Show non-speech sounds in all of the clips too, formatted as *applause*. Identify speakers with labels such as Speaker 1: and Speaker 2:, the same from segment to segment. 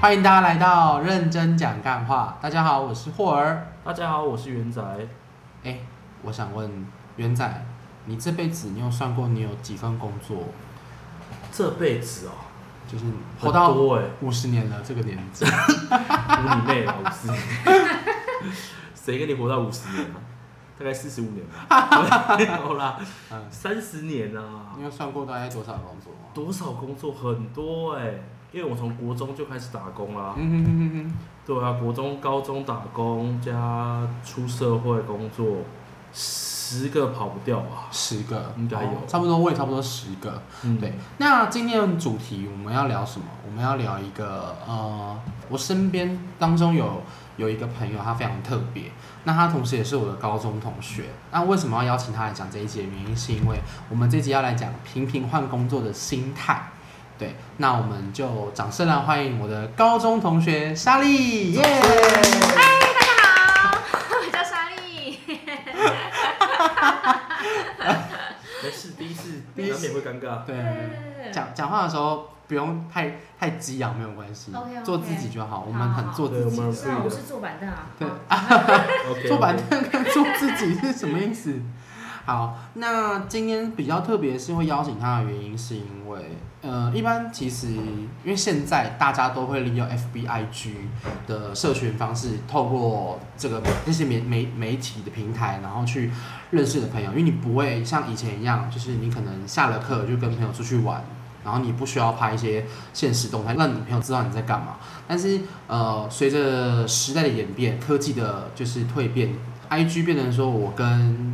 Speaker 1: 欢迎大家来到认真讲干话。大家好，我是霍儿。
Speaker 2: 大家好，我是元仔。
Speaker 1: 哎，我想问元仔，你这辈子你有算过你有几份工作？
Speaker 2: 这辈子哦，
Speaker 1: 就是活
Speaker 2: 很
Speaker 1: 到
Speaker 2: 多哎、
Speaker 1: 五十年了这个年纪， *laughs*
Speaker 2: 活你妹啊，五十年， *laughs* 谁跟你活到五十年啊？大概四十五年
Speaker 1: *laughs*
Speaker 2: 吧，没有啦，
Speaker 1: 嗯，
Speaker 2: 三十年啊
Speaker 1: 你，有算过大概多少工作吗？
Speaker 2: 多少工作很多哎、因为我从国中就开始打工啦，
Speaker 1: 嗯哼哼哼
Speaker 2: 对啊，国中、高中打工加出社会工作，十个跑不掉吧
Speaker 1: 哼，？十个
Speaker 2: 应该有
Speaker 1: 哦差不多我也差不多十个。
Speaker 2: 嗯，
Speaker 1: 对，，那今天的主题我们要聊什么？我们要聊一个呃，我身边当中有有一个朋友，他非常特别，那他同时也是我的高中同学。那为什么要邀请他来讲这一集的原因，是因为我们这集要来讲频频换工作的心态。对，那我们就掌声来欢迎我的高中同学莎莉，耶、
Speaker 3: 嗨，大家好，我叫莎莉。
Speaker 2: 没事，第一次
Speaker 1: 第一
Speaker 2: 难
Speaker 1: 次
Speaker 2: 免会尴
Speaker 1: *laughs*
Speaker 2: 尬，
Speaker 1: 对对对。讲讲话的时候不用太太激昂，没有关系
Speaker 3: OK，OK
Speaker 1: 做自己就好。我
Speaker 3: 好
Speaker 1: 们
Speaker 3: 好
Speaker 1: 很做
Speaker 2: 对
Speaker 1: 自
Speaker 2: 我
Speaker 1: 己
Speaker 2: 们
Speaker 1: 的。
Speaker 3: 虽然我是坐板凳啊，
Speaker 1: 对
Speaker 3: 好
Speaker 2: ，OK，
Speaker 1: 做板凳跟做自己是什么意思？ *laughs* 好，那今天比较特别是会邀请他的原因，是因为呃，一般其实因为现在大家都会利用 FBIG 的社群方式，透过这个这些媒媒媒体的平台，然后去认识的朋友，因为你不会像以前一样，就是你可能下了课就跟朋友出去玩，然后你不需要拍一些现实动态，让你朋友知道你在干嘛。但是呃，随着时代的演变，科技的就是蜕变，IG 变成说我跟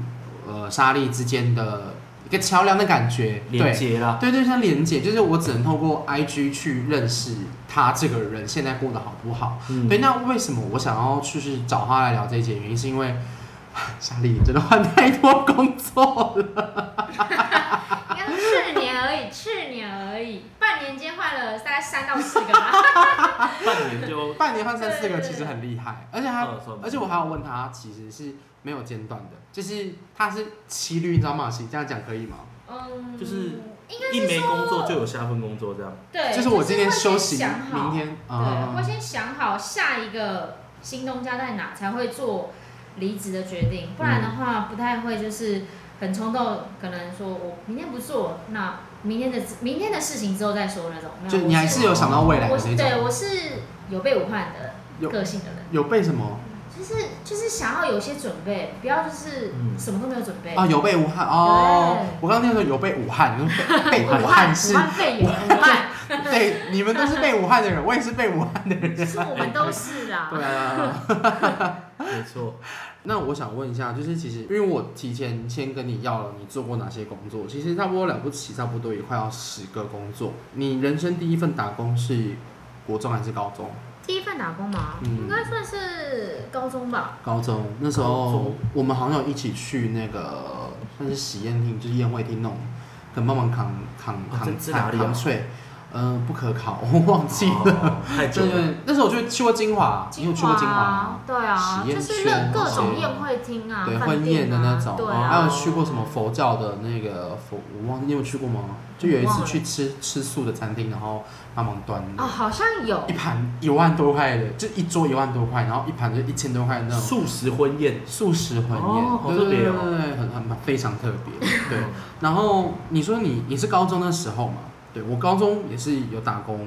Speaker 1: 呃莎莉之间的一个桥梁的感觉，
Speaker 2: 连
Speaker 1: 对。
Speaker 2: 接啦，
Speaker 1: 对对，像连接，就是我只能透过 IG 去认识他这个人现在过得好不好。
Speaker 2: 嗯
Speaker 1: 对，那为什么我想要就是找他来聊这一节？原因是因为 *laughs* 莎莉你真的换太多工作了，
Speaker 3: 应该是去年而已，去年而已，半年间换了大概三到四个
Speaker 1: *laughs*
Speaker 3: 吧。
Speaker 2: 半年就
Speaker 1: 半年换三四个，其实很厉害，而且他
Speaker 2: 嗯算吧
Speaker 1: 而且我还有问他，其实是没有间断的，就是他是骑驴找马行，这样讲可以吗？
Speaker 3: 嗯，
Speaker 2: 就是
Speaker 3: 应该
Speaker 2: 一
Speaker 3: 是
Speaker 2: 没
Speaker 3: 说
Speaker 2: 工作就有下份工作这样。
Speaker 3: 对，
Speaker 1: 就是我今天休
Speaker 3: 会
Speaker 1: 息，
Speaker 3: 先想好
Speaker 1: 明天
Speaker 3: 对，
Speaker 1: 啊
Speaker 3: 会，先想好下一个新东家在哪，才会做离职的决定，不然的话不太会就是很冲动，可能说我明天不做，那明天的明天的事情之后再说那种。没有
Speaker 1: 就你还是有想到未来的
Speaker 3: 我是
Speaker 1: 那
Speaker 3: 对
Speaker 1: 种，
Speaker 3: 我是有备无患的
Speaker 1: 有
Speaker 3: 个性的人，
Speaker 1: 有备什么
Speaker 3: 就是就是想要有些准备，不要就是
Speaker 2: 嗯
Speaker 3: 什么都没有准备。
Speaker 1: 啊？有备无憾哦
Speaker 3: 对。
Speaker 1: 我刚刚听说有备武汉，你说备备
Speaker 3: 武
Speaker 1: 武汉
Speaker 3: *laughs* 武
Speaker 1: 是，
Speaker 3: 汉肺炎，武
Speaker 1: *laughs*
Speaker 3: 汉，
Speaker 1: 对，你们都是备武汉的人，我也是备
Speaker 3: *laughs*
Speaker 1: 武汉的人。
Speaker 3: 其实我们都是啦。
Speaker 1: 对啊。
Speaker 2: 没 *laughs* 错，
Speaker 1: 那我想问一下，就是其实因为我提前先跟你要了，你做过哪些工作？其实差不多了不起，差不多也快要十个工作。你人生第一份打工是国中还是高中？
Speaker 3: 第一份打工嘛，
Speaker 1: 嗯
Speaker 3: 应该算是高中吧。
Speaker 1: 高中那时
Speaker 2: 高
Speaker 1: 候
Speaker 2: 中
Speaker 1: 我们好像有一起去那个算是喜宴厅，就是宴会厅弄，可能帮忙扛扛
Speaker 2: 哦
Speaker 1: 扛
Speaker 2: 这是哪
Speaker 1: 扛
Speaker 2: 里啊
Speaker 1: 扛税，嗯，不可考，我忘记了。
Speaker 2: 哦太
Speaker 1: *laughs*
Speaker 2: 久
Speaker 1: 对
Speaker 2: 了。
Speaker 1: 对，那时候我就去过金华，你有去过金华吗？
Speaker 3: 对啊，
Speaker 1: 实验
Speaker 3: 就是
Speaker 1: 圈
Speaker 3: 那各
Speaker 1: 那些
Speaker 3: 种宴会厅啊，
Speaker 1: 对，
Speaker 3: 饭
Speaker 1: 婚宴的
Speaker 3: 店
Speaker 1: 那
Speaker 3: 啊
Speaker 1: 种，
Speaker 3: 对
Speaker 2: 哦
Speaker 3: 啊，
Speaker 1: 还有去过什么佛教的那个佛，我忘，你有去过吗？就有一次去吃吃素的餐厅，然后帮忙端的，
Speaker 3: 哦，好像有
Speaker 1: 一，盘一万多块的，就一桌一万多块，然后一盘就一千多块的那
Speaker 3: *laughs*
Speaker 1: 种
Speaker 2: 素食婚宴，
Speaker 1: 素食婚宴
Speaker 2: 哦，好
Speaker 1: 对
Speaker 2: 特
Speaker 1: 对
Speaker 2: 别
Speaker 1: 对
Speaker 2: 哦
Speaker 1: 对，对很很非常特别。对
Speaker 2: 对，
Speaker 1: 然后你说你你是高中的时候嘛？对我高中也是有打工，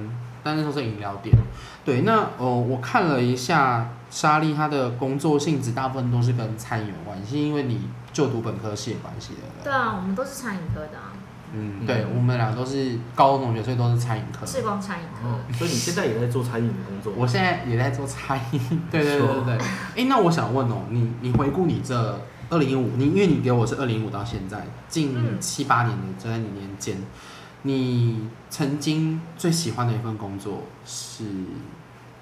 Speaker 1: 但那时候是饮料店。对，那呃，我看了一下莎莉她的工作性质，大部分都是跟餐饮有关系，因为你就读本科系有关系的。
Speaker 3: 对啊，我们都是餐饮科的啊，
Speaker 1: 嗯，对，我们俩都是高中同学，所以都是餐饮科。
Speaker 3: 志光餐饮
Speaker 1: 嗯
Speaker 3: 科。
Speaker 2: 所以你现在也在做餐饮的工作？
Speaker 1: 我现在也在做餐饮， *laughs* 对对对对对。哎，那我想问哦，你你回顾你这二零一五，你因为你给我是二零一五到现在近
Speaker 3: 嗯
Speaker 1: 七八年的这段年间，你曾经最喜欢的一份工作是？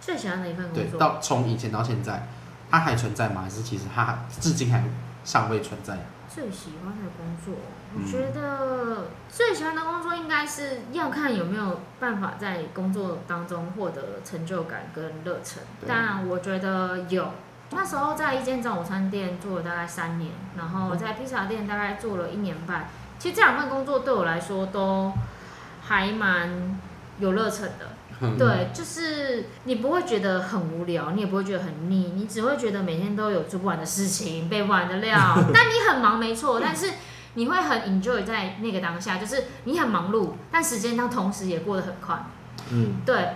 Speaker 3: 最喜欢的一份
Speaker 1: 对
Speaker 3: 工，作，
Speaker 1: 到从以前到现在，它还存在吗？还是其实它至今还尚未存在？
Speaker 3: 最喜欢的工作，
Speaker 1: 嗯
Speaker 3: 我觉得最喜欢的工作应该是要看有没有办法在工作当中获得成就感跟热忱。
Speaker 1: 对
Speaker 3: 当然，我觉得有，那时候在一间早午餐店做了大概三年，然后在披萨店大概做了一年半。其实这两份工作对我来说都还蛮有热忱的。
Speaker 1: 嗯，
Speaker 3: 对，就是你不会觉得很无聊，你也不会觉得很腻，你只会觉得每天都有做不完的事情、背不完
Speaker 1: *laughs*
Speaker 3: 的料。但你很忙没错，但是你会很 enjoy 在那个当下，就是你很忙碌，但时间它同时也过得很快。
Speaker 2: 嗯，
Speaker 3: 对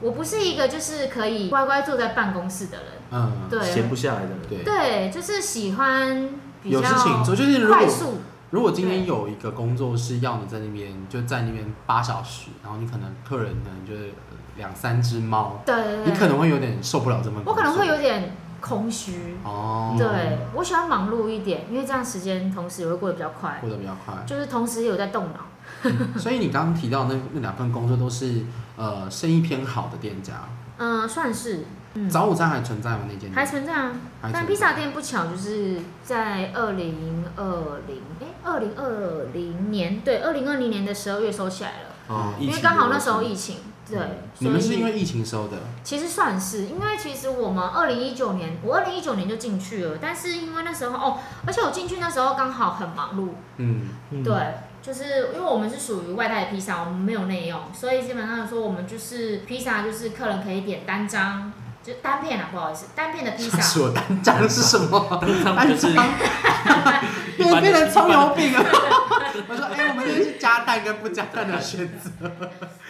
Speaker 3: 我不是一个就是可以乖乖坐在办公室的人，
Speaker 1: 嗯，
Speaker 3: 对啊
Speaker 2: 闲不下来的人，
Speaker 1: 对，
Speaker 3: 对，就是喜欢比较
Speaker 1: 有事情做，就是如果
Speaker 3: 快速，
Speaker 1: 如果今天有一个工作是要你在那边就在那边八小时，然后你可能客人可能就是呃两三只猫，
Speaker 3: 对对
Speaker 1: 你可
Speaker 3: 对，
Speaker 1: 能会有点受不了这么。
Speaker 3: 我可能会有点空虚。
Speaker 1: 哦，
Speaker 3: 对，我喜欢忙碌一点，因为这样时间同时也会过得比较快，
Speaker 1: 过得比较快。
Speaker 3: 就是同时也有在动脑。
Speaker 1: 所以你刚刚提到那那两份工作都是呃生意偏好的店家，
Speaker 3: 嗯，算是，嗯，
Speaker 1: 早午餐还存在吗？那间
Speaker 3: 还
Speaker 1: 店
Speaker 3: 存在啊。
Speaker 1: 还
Speaker 3: 但
Speaker 1: 存
Speaker 3: 披萨店不巧，就是在二零二零，哎，二零二零年，对，二零二零年的十二月收起来了，
Speaker 2: 哦，疫
Speaker 3: 因
Speaker 2: 情
Speaker 3: 为刚好那时候
Speaker 2: 的关系嗯
Speaker 3: 疫情，对，
Speaker 1: 你们
Speaker 3: 所
Speaker 1: 是
Speaker 3: 以
Speaker 1: 因为疫情收的，
Speaker 3: 其实算是，因为其实我们二零一九年，我二零一九年就进去了，但是因为那时候哦，而且我进去那时候刚好很忙碌，
Speaker 1: 嗯，
Speaker 2: 嗯
Speaker 3: 对，就是因为我们是属于外带的披萨，我们没有内用，所以基本上说我们就是披萨，就是客人可以点单张，就单片啊，不好意思，单片的披
Speaker 2: *laughs*
Speaker 3: 萨。
Speaker 1: 说单张是什么？
Speaker 2: 哦他们 *laughs* 就是
Speaker 1: 单
Speaker 2: 一
Speaker 1: 变 *laughs*
Speaker 2: 般
Speaker 1: 变成
Speaker 2: 的
Speaker 1: 葱油饼了。我说，哎、我们这是加蛋跟不加蛋的选择，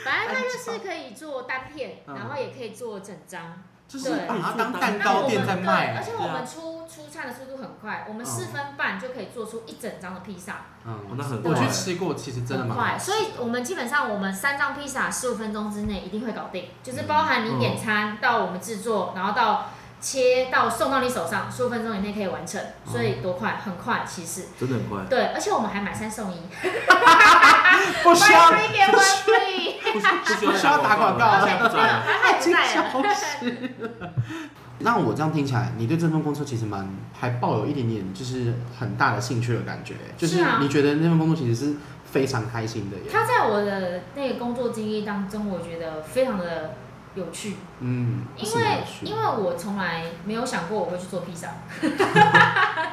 Speaker 3: 反正它哎就是可以做单片，
Speaker 1: 嗯
Speaker 3: 然后也可以做整张。
Speaker 1: 就是
Speaker 3: 对
Speaker 1: 把它当蛋
Speaker 3: 那
Speaker 1: 糕
Speaker 3: 我
Speaker 1: 店
Speaker 3: 们
Speaker 1: 在
Speaker 3: 对，
Speaker 1: 卖
Speaker 3: 而。且我
Speaker 2: 对
Speaker 3: 们
Speaker 2: 啊
Speaker 3: 出出餐的速度很快，我们
Speaker 1: 嗯
Speaker 3: 四分半就可以做出一整张的披萨，
Speaker 2: 哦
Speaker 1: 嗯，
Speaker 2: 那很
Speaker 1: 我去
Speaker 2: 快
Speaker 1: 吃过，其实真的
Speaker 3: 很
Speaker 1: 蛮
Speaker 3: 快。
Speaker 1: 好吃
Speaker 3: 所
Speaker 1: 的
Speaker 3: 以我们基本上我们三张披萨十五分钟之内一定会搞定，就是
Speaker 1: 嗯
Speaker 3: 包含你点餐到我们制作，然后到切到送到你手上，十五分钟以内可以完成，
Speaker 1: 嗯
Speaker 3: 所以多快，很快，其实。
Speaker 2: 真的很快，
Speaker 3: 对，而且我们还买三送一，
Speaker 1: 不需要
Speaker 3: Buy three get one free，
Speaker 2: 不需不需
Speaker 1: 不需要打广告
Speaker 2: 不需要打
Speaker 3: 没有，还好不啊
Speaker 1: 经
Speaker 3: 在了。
Speaker 1: 销师。 *laughs* 那我这样听起来，你对这份工作其实蛮还抱有一点点就是很大的兴趣的感觉，欸就是
Speaker 3: 是啊
Speaker 1: 你觉得那份工作其实是非常开心的耶。
Speaker 3: 他在我的那个工作经历当中，我觉得非常的有趣，
Speaker 1: 嗯，
Speaker 3: 因
Speaker 1: 是蛮
Speaker 3: 为
Speaker 1: 有趣的
Speaker 3: 因为我从来没有想过我会去做披萨，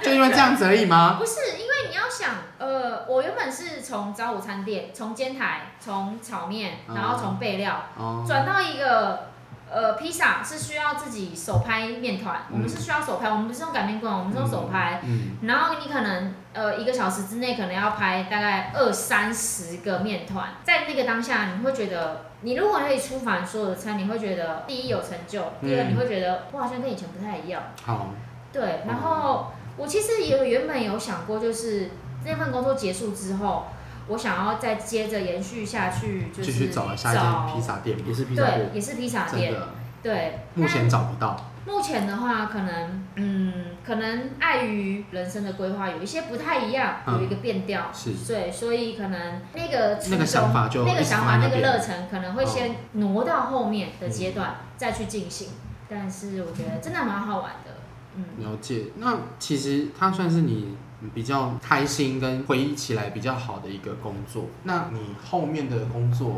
Speaker 1: 就因为这样子而已吗？
Speaker 3: 不是因为你要想，呃，我原本是从早午餐店，从煎台，从炒面，
Speaker 1: 嗯
Speaker 3: 然后从备料， *laughs*
Speaker 1: 哦，
Speaker 3: 转到一个。呃，披萨是需要自己手拍面团，我们是需要手拍，我们不是用擀面棍，我们是用手拍。
Speaker 1: 嗯，
Speaker 3: 然后你可能呃一个小时之内可能要拍大概二三十个面团，在那个当下你会觉得，你如果可以出凡所有的餐，你会觉得第一有成就，第二
Speaker 1: 嗯
Speaker 3: 你会觉得我好像跟以前不太一样。
Speaker 1: 好，
Speaker 3: 对，然后我其实也原本有想过，就是那份工作结束之后，我想要再接着延续下去，就
Speaker 1: 继
Speaker 3: 是
Speaker 1: 续找下一
Speaker 3: 找
Speaker 1: 间披，萨店吧
Speaker 2: 也，是披萨
Speaker 3: 对，
Speaker 2: 店，
Speaker 3: 也是披萨
Speaker 1: 真
Speaker 3: 店，
Speaker 1: 的，
Speaker 3: 对，
Speaker 1: 目前找不到。
Speaker 3: 目前的话，可能嗯，可能碍于人生的规划有一些不太一样，
Speaker 1: 嗯
Speaker 3: 有一个变调，
Speaker 1: 是
Speaker 3: 对，所以可能那个初衷
Speaker 1: 那个想法就
Speaker 3: 那个想法、
Speaker 1: 一直放在那
Speaker 3: 那个
Speaker 1: 边
Speaker 3: 热忱，可能会
Speaker 1: 哦
Speaker 3: 先挪到后面的阶段、
Speaker 1: 嗯
Speaker 3: 再去进行。但是我觉得真的蛮好玩的，嗯，
Speaker 1: 了解，那其实它算是你比较开心跟回忆起来比较好的一个工作。那你后面的工作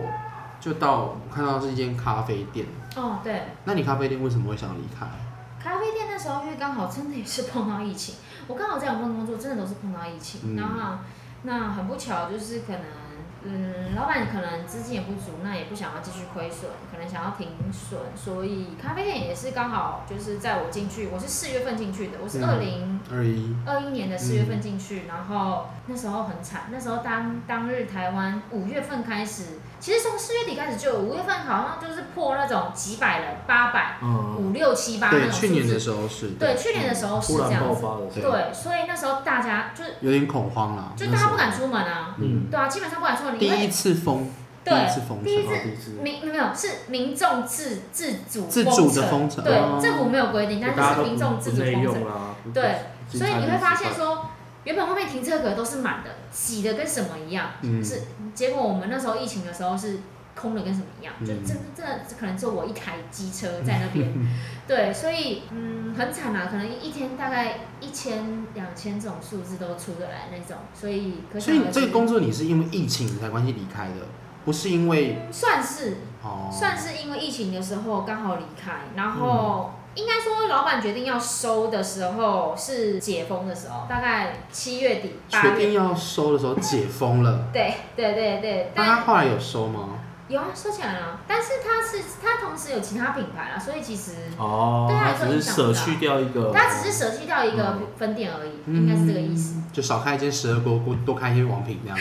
Speaker 1: 就到我看到是一间咖啡店，
Speaker 3: 哦，对，
Speaker 1: 那你咖啡店为什么会想要离开？
Speaker 3: 咖啡店那时候因为刚好真的也是碰到疫情，我刚好这两份工作真的都是碰到疫情，
Speaker 1: 嗯
Speaker 3: 然后那很不巧就是可能。嗯，老板可能资金也不足，那也不想要继续亏损，可能想要停损，所以咖啡店也是刚好就是在我进去，我是四月份进去的，我是
Speaker 1: 嗯
Speaker 3: 二零
Speaker 1: 二一，
Speaker 3: 二一年的四月份进去，然后那时候很惨，那时候当当日台湾五月份开始，其实从四月底开始就有，五月份好像就是破那种几百人，八百、
Speaker 2: 嗯，
Speaker 3: 五六七八那种
Speaker 1: 对，
Speaker 3: 数字，
Speaker 1: 去年的时候是，
Speaker 3: 对，，去年的时候是
Speaker 2: 嗯突 *laughs*
Speaker 3: 这
Speaker 2: 然
Speaker 3: 样
Speaker 2: 爆
Speaker 3: 子，
Speaker 2: 发的时候，
Speaker 3: 对，所以那时候大家就是
Speaker 1: 有点恐慌啦，
Speaker 3: 就
Speaker 1: 那
Speaker 3: 大
Speaker 1: 时
Speaker 3: 家
Speaker 1: 候
Speaker 3: 不敢，出门啊，
Speaker 2: 嗯，
Speaker 3: 对啊，基本上不敢出门，
Speaker 1: 第
Speaker 3: 因
Speaker 1: 一
Speaker 3: 为
Speaker 1: 次封，第
Speaker 3: 对
Speaker 1: 一次封
Speaker 3: 第一
Speaker 1: 城，
Speaker 3: 次
Speaker 2: 然后第一次，
Speaker 3: 民没有是民众自自主
Speaker 1: 自主的
Speaker 3: 封
Speaker 1: 封城哦
Speaker 3: 对，政府没有规定，
Speaker 2: 就大
Speaker 3: 但
Speaker 2: 家
Speaker 3: 是
Speaker 2: 都
Speaker 3: 民众
Speaker 2: 不
Speaker 3: 自
Speaker 2: 不
Speaker 3: 主
Speaker 2: 内
Speaker 3: 封
Speaker 2: 用
Speaker 3: 城，
Speaker 2: 啦，不
Speaker 3: 对，
Speaker 2: 不
Speaker 3: 所以你会发现
Speaker 2: 不
Speaker 3: 说，原本后面停车格都是满的，挤的跟什么一样，
Speaker 1: 嗯，
Speaker 3: 是结果我们那时候疫情的时候是空的跟什么一样，就
Speaker 1: 嗯
Speaker 3: 真的真的可能只有我一台机
Speaker 1: *laughs*
Speaker 3: 车在那边，对，所以嗯很惨啊，可能一天大概一千两千这种数字都出得来那种，所以可
Speaker 1: 所
Speaker 3: 想
Speaker 1: 以
Speaker 3: 而
Speaker 1: 你这个
Speaker 3: 知
Speaker 1: 工作你是因为疫情才关系离开的，不是因为
Speaker 3: 算是
Speaker 1: 哦，嗯
Speaker 3: 算是因为疫情的时候刚好离开，然后应该说，老板决定要收的时候是解封的时候，大概七月底八
Speaker 1: 决定
Speaker 3: 月。
Speaker 1: 要收的时候解封了，
Speaker 3: 对对对对，
Speaker 1: 那他
Speaker 3: 但
Speaker 1: 后来有收吗？
Speaker 3: 有啊，收起来了。但是它是它同时有其他品牌啦，所以其实
Speaker 2: 哦，
Speaker 3: 对啊
Speaker 2: 他只是舍去掉一个，
Speaker 3: 它只是舍弃掉一个分店而已，应该是这个意思。
Speaker 1: 嗯就少开一间十二锅锅，多开一间王品这
Speaker 3: *laughs*
Speaker 1: 样。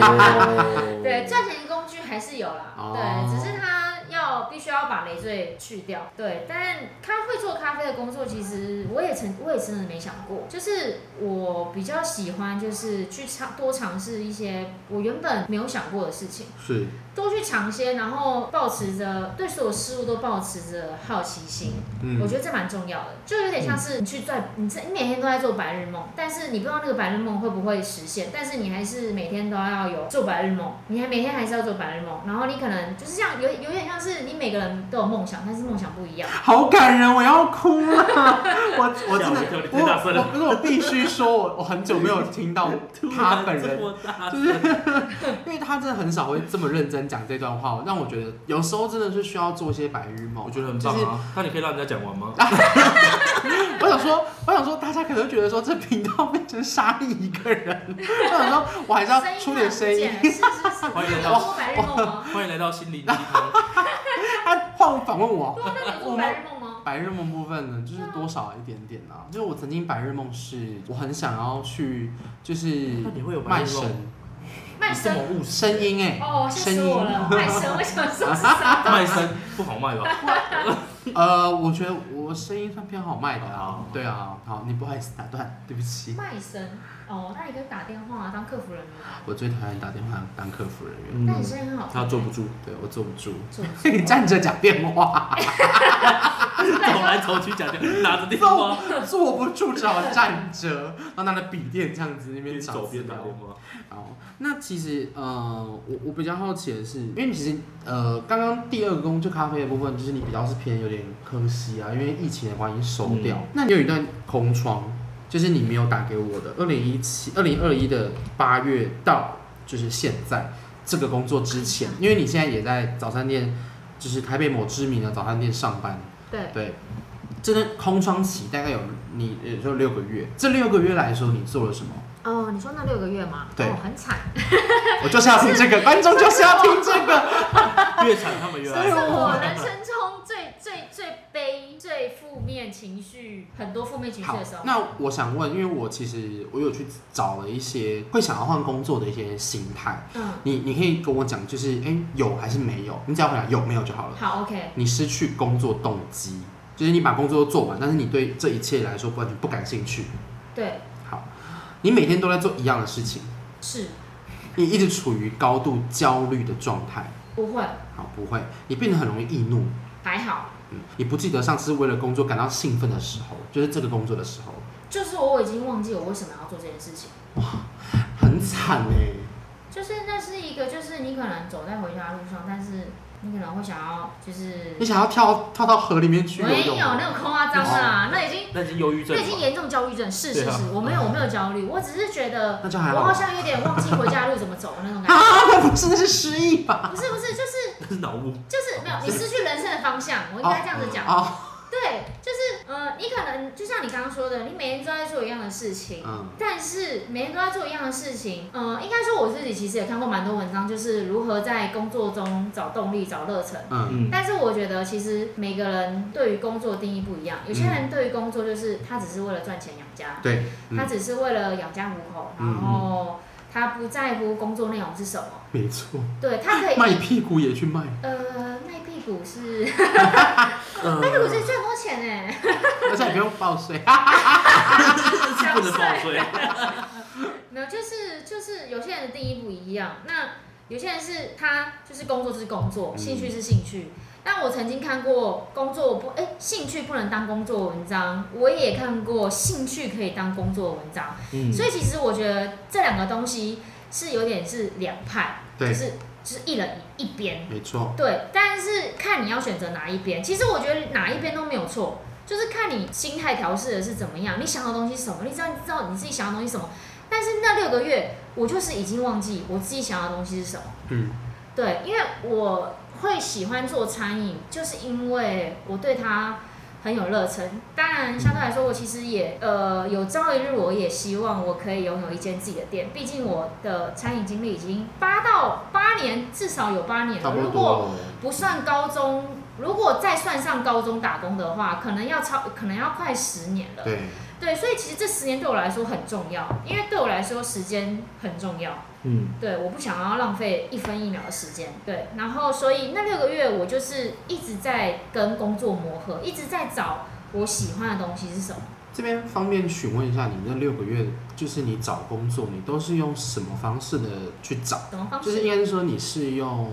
Speaker 2: 哦
Speaker 3: 对，赚钱工具还是有啦，
Speaker 1: 哦
Speaker 3: 对，只是他要必须要把累赘去掉，对。但他会做咖啡的工作，其实我也曾我也真的没想过，就是我比较喜欢就是去尝多尝试一些我原本没有想过的事情，
Speaker 1: 是，
Speaker 3: 多去尝些，然后保持着对所有事物都保持着好奇心，我
Speaker 1: 嗯，
Speaker 3: 觉得这蛮重要的，就有点像是你去在你这你每天都在做白日梦，但是你不知道那个白日梦会不会实现，但是你还是每天都要有做白日梦，你还每天还是要做白日梦，然后你可能就是像有有点像是你每个人都有梦想，但是梦想不一样。
Speaker 1: 好感人，我要哭了。 *laughs* 我我真的
Speaker 2: 吓我一跳你，
Speaker 1: 我
Speaker 2: 太大声了
Speaker 1: 我可是我必须说，我我很久没有听
Speaker 2: *laughs*
Speaker 1: 到他本人
Speaker 2: 这么大
Speaker 1: 就是因为他真的很少会这么认真讲这段话，让我觉得有时候真的是需要做一些白日梦。
Speaker 2: 我觉得很棒
Speaker 1: 就是啊
Speaker 2: 啊！那你可以让人家讲完吗？
Speaker 1: 我想说，我想说，大家可能会觉得说这频道变成沙溢一个人，我想说，我还是要
Speaker 3: 啊
Speaker 1: 出点声音。
Speaker 3: 是是是，
Speaker 2: 欢迎
Speaker 3: 有
Speaker 2: 来到
Speaker 3: 做白日梦吗？
Speaker 2: 欢迎来到心灵鸡汤。
Speaker 1: *laughs* 他换我反问我
Speaker 3: 对啊，那你有做白日梦吗？
Speaker 1: 白日梦部分呢，就是多少一点点啊。就是我曾经白日梦是，我很想要去，就是
Speaker 2: 那你会有白
Speaker 1: 卖
Speaker 2: 日
Speaker 1: 身
Speaker 2: 梦？
Speaker 3: 卖
Speaker 2: 这么
Speaker 3: 身
Speaker 2: 务实，
Speaker 1: 声音哎、
Speaker 3: 哦，吓
Speaker 1: 声
Speaker 3: 死我
Speaker 1: 音。
Speaker 3: 了！卖身，我想说是啥？
Speaker 2: 卖身不好卖吧？
Speaker 1: 呃，我觉得我声音算偏好卖的啊
Speaker 2: 好。
Speaker 1: 对啊，好，你不好意思打断，对不起。
Speaker 3: 卖身哦，那你可以打电话、啊、当客服人员，
Speaker 1: 我最讨厌打电话当客服人员，
Speaker 3: 那你声音很好听。
Speaker 2: 他坐不住，
Speaker 1: 对我坐不住。 *laughs*
Speaker 3: 做不 *laughs* 错
Speaker 1: 你站着讲电话，
Speaker 2: 走来走去讲讲，拿着电
Speaker 1: 坐 *laughs*
Speaker 2: 话
Speaker 1: 坐不住，只好站着，然后拿着笔电这样子那边
Speaker 2: 边
Speaker 1: 找
Speaker 2: 走
Speaker 1: 资
Speaker 2: 边打
Speaker 1: 料
Speaker 2: 电话。
Speaker 1: 好，那其实呃，我我比较好奇的是，因为其实呃，刚刚第二个工就咖啡的部分，就是你比较是偏有点可惜啊，因为疫情的关系收掉。那你有一段空窗，就是你没有打给我的，二零一七、二零二一的八月到就是现在这个工作之前，因为你现在也在早餐店，就是台北某知名的早餐店上班，
Speaker 3: 对，
Speaker 1: 对。这段空窗期大概有你也就六个月，这六个月来说你做了什么？
Speaker 3: 哦，你说那六个月吗？
Speaker 1: 对
Speaker 3: 哦，很惨，
Speaker 1: 我就是要听这个，观众就是要听这个。
Speaker 2: 越惨他们越
Speaker 3: 这
Speaker 2: 爱
Speaker 3: 是。我人生中最最最悲、最负面情绪，很多负面情绪
Speaker 1: 好
Speaker 3: 的时候，。
Speaker 1: 那我想问，因为我其实我有去找了一些会想要换工作的一些心态，
Speaker 3: 嗯，
Speaker 1: 你你可以跟我讲，就是哎、诶有还是没有？你只要回答有没有就好了。
Speaker 3: 好，OK，
Speaker 1: 你失去工作动机，就是你把工作都做完，但是你对这一切来说完全不感兴趣。
Speaker 3: 对，
Speaker 1: 好，你每天都在做一样的事情，
Speaker 3: 是
Speaker 1: 你一直处于高度焦虑的状态。
Speaker 3: 不会，
Speaker 1: 好，不会，你变得很容易易怒。
Speaker 3: 还好，
Speaker 1: 嗯，你不记得上次为了工作感到兴奋的时候，就是这个工作的时候。
Speaker 3: 就是我已经忘记我为什么要做这件事情，
Speaker 1: 很惨哎、
Speaker 3: 就是那是一个，就是你可能走在回家的路上，但是你可能会想要，就是
Speaker 1: 你想要跳跳到河里面去游
Speaker 3: 没有
Speaker 1: 泳吗？
Speaker 3: 那种夸张
Speaker 1: 哦
Speaker 3: 啦，那已经
Speaker 2: 那已经忧郁症
Speaker 3: 那已经
Speaker 2: 了，
Speaker 3: 严重焦虑症，是是
Speaker 2: 对啊
Speaker 3: 是，我没有我没有焦虑，我只是觉得
Speaker 1: 嗯那就还
Speaker 3: 我
Speaker 1: 好
Speaker 3: 好。像有点忘记回家路怎么走的那种感
Speaker 1: *laughs*
Speaker 3: 觉。
Speaker 1: 啊，那不是那是失忆吧？
Speaker 3: 不是不是，就是
Speaker 2: 那是脑雾。
Speaker 3: 就是没有，你失去人生的方向，我应该这样子讲。
Speaker 1: 哦，
Speaker 3: 对，就是呃，你可能就像你刚刚说的，你每天都在做一样的事情。
Speaker 1: 嗯，
Speaker 3: 但是每天都在做一样的事情，呃，应该说我自己其实也看过蛮多文章，就是如何在工作中找动力、找热忱。
Speaker 1: 嗯
Speaker 2: 嗯，
Speaker 3: 但是我觉得其实每个人对于工作的定义不一样，有些人对于工作就是他只是为了赚钱养家，
Speaker 1: 对，嗯
Speaker 3: 他只是为了养家糊口，然后他不在乎工作内容是什么，
Speaker 1: 没错，
Speaker 3: 对他可以
Speaker 1: 卖屁股也去卖。
Speaker 3: 呃，卖屁股是卖
Speaker 2: 那
Speaker 3: 屁股
Speaker 1: 嗯
Speaker 3: 是赚多钱哎，
Speaker 1: 而且也不用报税，啊
Speaker 2: 是不能啊报税。
Speaker 3: 没有，就是就是有些人的定义不一样，那有些人是他就是工作是工作，
Speaker 1: 嗯
Speaker 3: 兴趣是兴趣。那我曾经看过工作不哎、兴趣不能当工作文章，我也看过兴趣可以当工作文章，
Speaker 2: 嗯，
Speaker 3: 所以其实我觉得这两个东西是有点是两派，就
Speaker 1: 对
Speaker 3: 是就是一人一一边，
Speaker 1: 没错，
Speaker 3: 对，但是看你要选择哪一边。其实我觉得哪一边都没有错，就是看你心态调试的是怎么样，你想要的东西是什么，你知道你知道你自己想要的东西是什么。但是那六个月，我就是已经忘记我自己想要的东西是什么。
Speaker 1: 嗯，
Speaker 3: 对，因为我会喜欢做餐饮，就是因为我对它很有热忱。当然，相对来说，我其实也呃有朝一日，我也希望我可以拥有一间自己的店。毕竟我的餐饮经历已经八到八年，至少有八年
Speaker 1: 差
Speaker 3: 了。
Speaker 1: 不
Speaker 3: 如
Speaker 1: 多
Speaker 3: 果
Speaker 1: 了。
Speaker 3: 不算高中，如果再算上高中打工的话，可能要超，可能要快十年了。
Speaker 1: 对，
Speaker 3: 对，所以其实这十年对我来说很重要，因为对我来说时间很重要。
Speaker 2: 嗯，
Speaker 3: 对，我不想要浪费一分一秒的时间。对，然后所以那六个月我就是一直在跟工作磨合，一直在找我喜欢的东西是什么。
Speaker 1: 这边方便询问一下，你那六个月就是你找工作，你都是用什么方式的去找？
Speaker 3: 什么方
Speaker 1: 就
Speaker 3: 式？
Speaker 1: 是应该是说你是用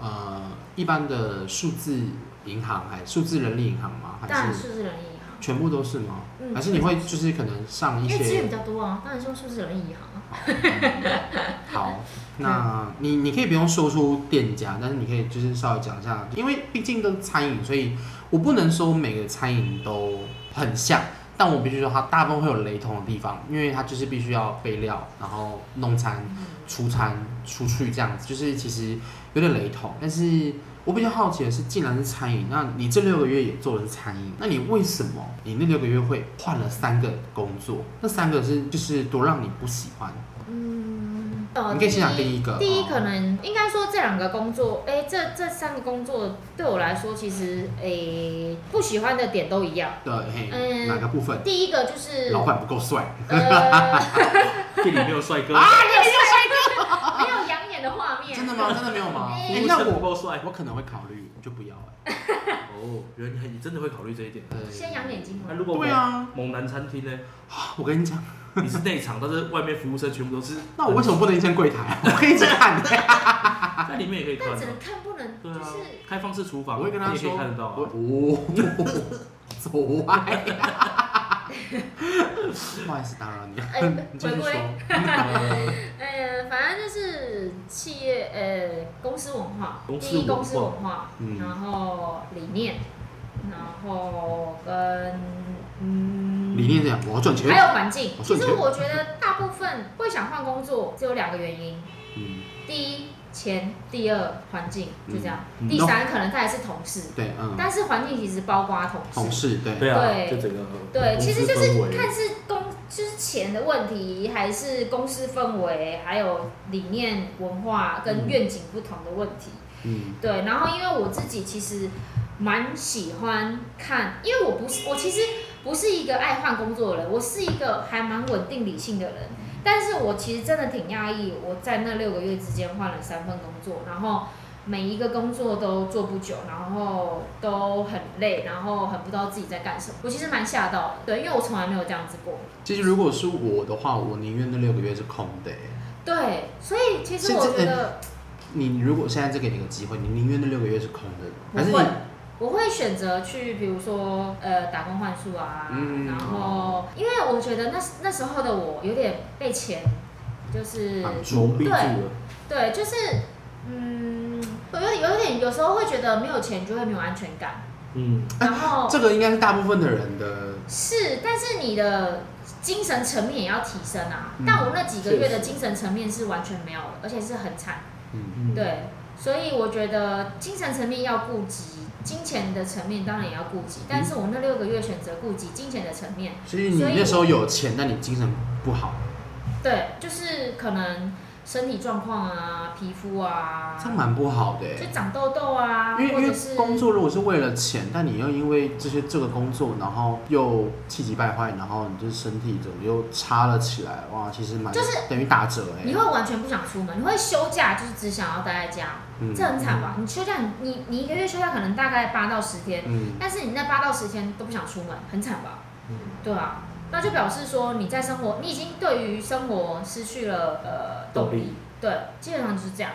Speaker 1: 呃一般的数字银行，还数字人力银行吗？
Speaker 3: 当
Speaker 1: 还
Speaker 3: 然
Speaker 1: 是
Speaker 3: 数字人力银行，
Speaker 1: 全部都是吗？
Speaker 3: 嗯
Speaker 1: 还是你会就是可能上一
Speaker 3: 因为资源
Speaker 1: 些
Speaker 3: 比？较多啊，当然是用数字人力银行啊。
Speaker 1: 好，那你你可以不用说出店家，但是你可以就是稍微讲一下，因为毕竟都是餐饮，所以我不能说每个餐饮都很像。但我必须说，它大部分会有雷同的地方，因为它就是必须要备料，然后弄餐、出餐、出去这样子，就是其实有点雷同。但是我比较好奇的是，既然是餐饮，那你这六个月也做的是餐饮，那你为什么你那六个月会换了三个工作？那三个是就是多让你不喜欢？
Speaker 3: 嗯，呃，
Speaker 1: 你可以先讲
Speaker 3: 第
Speaker 1: 第一个
Speaker 3: 第一
Speaker 1: 哦
Speaker 3: 可能应该说这两个工作，哎、这这三个工作对我来说，其实哎、不喜欢的点都一样。
Speaker 1: 对，嘿，
Speaker 3: 嗯
Speaker 1: 哪个部分？
Speaker 3: 第一个就是
Speaker 1: 老板不够
Speaker 3: *laughs*
Speaker 1: 帅，
Speaker 3: 呃，
Speaker 2: 店里没有帅哥，
Speaker 1: 啊
Speaker 3: 没有养眼的画面，
Speaker 1: 真的
Speaker 3: *laughs*
Speaker 1: 吗？真的没有吗？
Speaker 3: 哎
Speaker 1: 哎，
Speaker 2: 服务
Speaker 1: 那
Speaker 2: 生不
Speaker 1: 我
Speaker 2: 够帅。
Speaker 1: *laughs* 我可能会考虑，就不要了。
Speaker 2: 哦，原来你真的会考虑这一点。
Speaker 1: 呃
Speaker 3: 先养眼睛
Speaker 2: 那
Speaker 3: 嘛。
Speaker 2: 如果
Speaker 1: 对
Speaker 2: 猛
Speaker 1: 啊，
Speaker 2: 猛男餐厅呢？
Speaker 1: 我跟你
Speaker 3: *laughs*
Speaker 1: 讲，
Speaker 2: 你是内场，但是外面服务生全部都是。
Speaker 1: 那我为什么不能先柜台啊？ *laughs* 我可以一直看。
Speaker 2: 在里面也可以看
Speaker 3: 但只
Speaker 2: 啊
Speaker 3: 能？看不能，
Speaker 2: 对
Speaker 3: 就
Speaker 2: 啊
Speaker 3: 是，
Speaker 2: 开放式厨房，
Speaker 1: 我会跟他
Speaker 2: 你也可
Speaker 1: 说
Speaker 2: 以看得到
Speaker 1: 我
Speaker 2: 啊。
Speaker 1: 哦， *laughs* 走歪啊
Speaker 3: *laughs*
Speaker 1: 呀！不好意思打扰你，啊
Speaker 3: 哎
Speaker 1: 你继续
Speaker 3: 回归
Speaker 1: 说。
Speaker 3: 呃，反正就是企业呃公司文化，
Speaker 2: 公司
Speaker 3: 第一
Speaker 2: 文
Speaker 3: 公司文化，
Speaker 1: 嗯
Speaker 3: 然后理念，然后跟嗯
Speaker 1: 理念是这样，我要赚钱
Speaker 3: 还。有环境。
Speaker 2: 哦
Speaker 1: 我
Speaker 3: 其
Speaker 1: 瞬
Speaker 3: 实
Speaker 1: 间
Speaker 3: 我觉得大部分会想换工作，只有两个原因：
Speaker 1: 嗯，
Speaker 3: 第一，钱；第二，环境。就这样。
Speaker 2: 嗯
Speaker 3: 第
Speaker 1: 嗯
Speaker 3: 三，可能他还是同事，
Speaker 1: 对，嗯，
Speaker 3: 但是环境其实包括
Speaker 1: 同事对，
Speaker 2: 对啊，
Speaker 3: 对
Speaker 2: 就整个
Speaker 3: 对，
Speaker 2: 公司
Speaker 3: 其实就是
Speaker 2: 氛围
Speaker 3: 看是公就是钱的问题，还是公司氛围，还有理念、文化
Speaker 2: 嗯
Speaker 3: 跟愿景不同的问题。
Speaker 1: 嗯，
Speaker 3: 对，然后因为我自己其实蛮喜欢看，因为我不是我其实不是一个爱换工作的人，我是一个还蛮稳定理性的人。但是我其实真的挺讶异，我在那六个月之间换了三份工作，然后每一个工作都做不久，然后都很累，然后很不知道自己在干什么。我其实蛮吓到的，对，因为我从来没有这样子过。
Speaker 1: 其实如果是我的话，我宁愿那六个月是空的欸。
Speaker 3: 对，所以其实
Speaker 1: 甚
Speaker 3: 我
Speaker 1: 至
Speaker 3: 觉得
Speaker 1: 你如果现在再给你个机会，你宁愿那六个月是空的，还是
Speaker 3: 我会
Speaker 1: 你
Speaker 3: 我会选择去，比如说呃打工换宿啊，
Speaker 1: 嗯
Speaker 3: 然后因为我觉得那时那时候的我有点被钱，就是
Speaker 1: 绑住
Speaker 2: 蒙蔽住了，
Speaker 3: 对，就是嗯，我有点有点有时候会觉得没有钱就会没有安全感，
Speaker 2: 嗯，
Speaker 3: 然后
Speaker 1: 啊这个应该是大部分的人的，
Speaker 3: 是，但是你的精神层面也要提升啊。
Speaker 1: 嗯
Speaker 3: 但我那几个
Speaker 2: 确
Speaker 3: 月
Speaker 2: 实
Speaker 3: 的精神层面是完全没有的，而且是很惨。
Speaker 1: 嗯，
Speaker 2: 嗯，
Speaker 3: 对，所以我觉得精神层面要顾及，金钱的层面当然也要顾及。但是我那六个月选择顾及金钱的层面，
Speaker 1: 所以你
Speaker 3: 所以
Speaker 1: 那时候有钱，但你精神不好，
Speaker 3: 对，就是可能身体状况啊、皮肤啊，
Speaker 1: 这样蛮不好的欸。
Speaker 3: 就长痘痘啊，
Speaker 1: 因为
Speaker 3: 或
Speaker 1: 因为
Speaker 3: 者是
Speaker 1: 工作如果是为了钱，但你又因为这些这个工作，然后又气急败坏，然后你就是身体怎么又差了起来，哇，其实蛮
Speaker 3: 就是
Speaker 1: 等于打折哎、
Speaker 3: 你会完全不想出门，你会休假就是只想要待在家，
Speaker 1: 嗯
Speaker 3: 这很惨吧？你休假你你你一个月休假可能大概八到十天，
Speaker 1: 嗯，
Speaker 3: 但是你那八到十天都不想出门，很惨吧？
Speaker 2: 嗯
Speaker 3: 对啊，那就表示说你在生活，你已经对于生活失去了呃动
Speaker 2: 动
Speaker 3: 力
Speaker 2: 力。
Speaker 3: 对，基本上就是这样。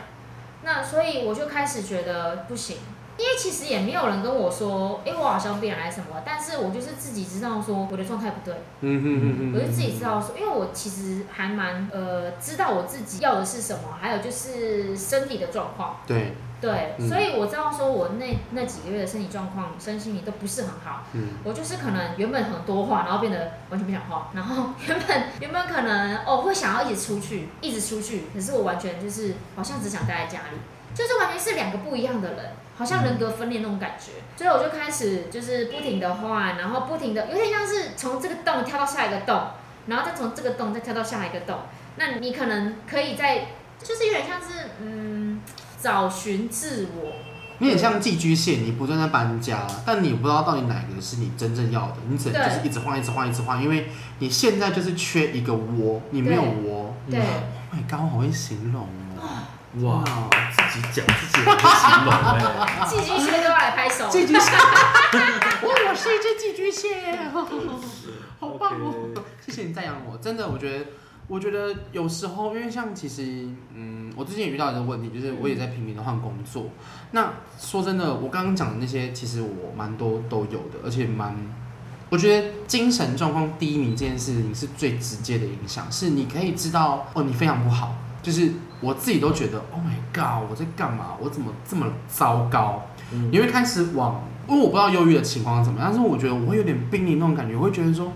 Speaker 3: 那所以我就开始觉得不行，因为其实也没有人跟我说，哎、我好像变来什么，但是我就是自己知道说我的状态不对，
Speaker 1: 嗯哼哼哼，
Speaker 3: 我就自己知道说，因为我其实还蛮呃知道我自己要的是什么，还有就是身体的状况，
Speaker 1: 对，
Speaker 3: 对，
Speaker 1: 嗯
Speaker 3: 所以我知道说我那那几个月的身体状况、身心灵都不是很好。
Speaker 1: 嗯
Speaker 3: 我就是可能原本很多话，然后变得完全不想话， *laughs* 然后原本原本可能哦会想要一直出去，一直出去，可是我完全就是好像只想待在家里，就是完全是两个不一样的人。好像人格分裂那种感觉，所以我就开始就是不停的换，然后不停的有点像是从这个洞跳到下一个洞，然后再从这个洞再跳到下一个洞。那你可能可以在，就是有点像是嗯，找寻自我，
Speaker 1: 你很像寄居蟹，你不断在搬家，但你不知道到底哪个是你真正要的，你只能
Speaker 3: 对
Speaker 1: 就是一直换，一直换，一直换，因为你现在就是缺一个窝，你没有窝。
Speaker 2: 嗯
Speaker 3: 对，
Speaker 2: 啊
Speaker 1: Oh my god，我好会形容哦！
Speaker 2: 哇，自己讲自己也不形容 *laughs* 哎，
Speaker 3: 寄居蟹都要来拍手。
Speaker 1: 寄居蟹， *laughs* 我我是一只寄居蟹，好棒哦
Speaker 2: OK
Speaker 1: *laughs* 谢谢你赞扬我，真的，我觉得。我觉得有时候，因为像其实，嗯，我最近也遇到一个问题，就是我也在频频的换工作。那说真的，我刚刚讲的那些，其实我蛮多都有的，而且蛮，我觉得精神状况低迷这件事情是最直接的影响，是你可以知道哦，你非常不好，就是我自己都觉得，Oh my god，我在干嘛？我怎么这么糟糕？
Speaker 2: 嗯
Speaker 1: 你会开始往，因为我不知道忧郁的情况是怎么样，但是我觉得我会有点濒临那种感觉，我会觉得说，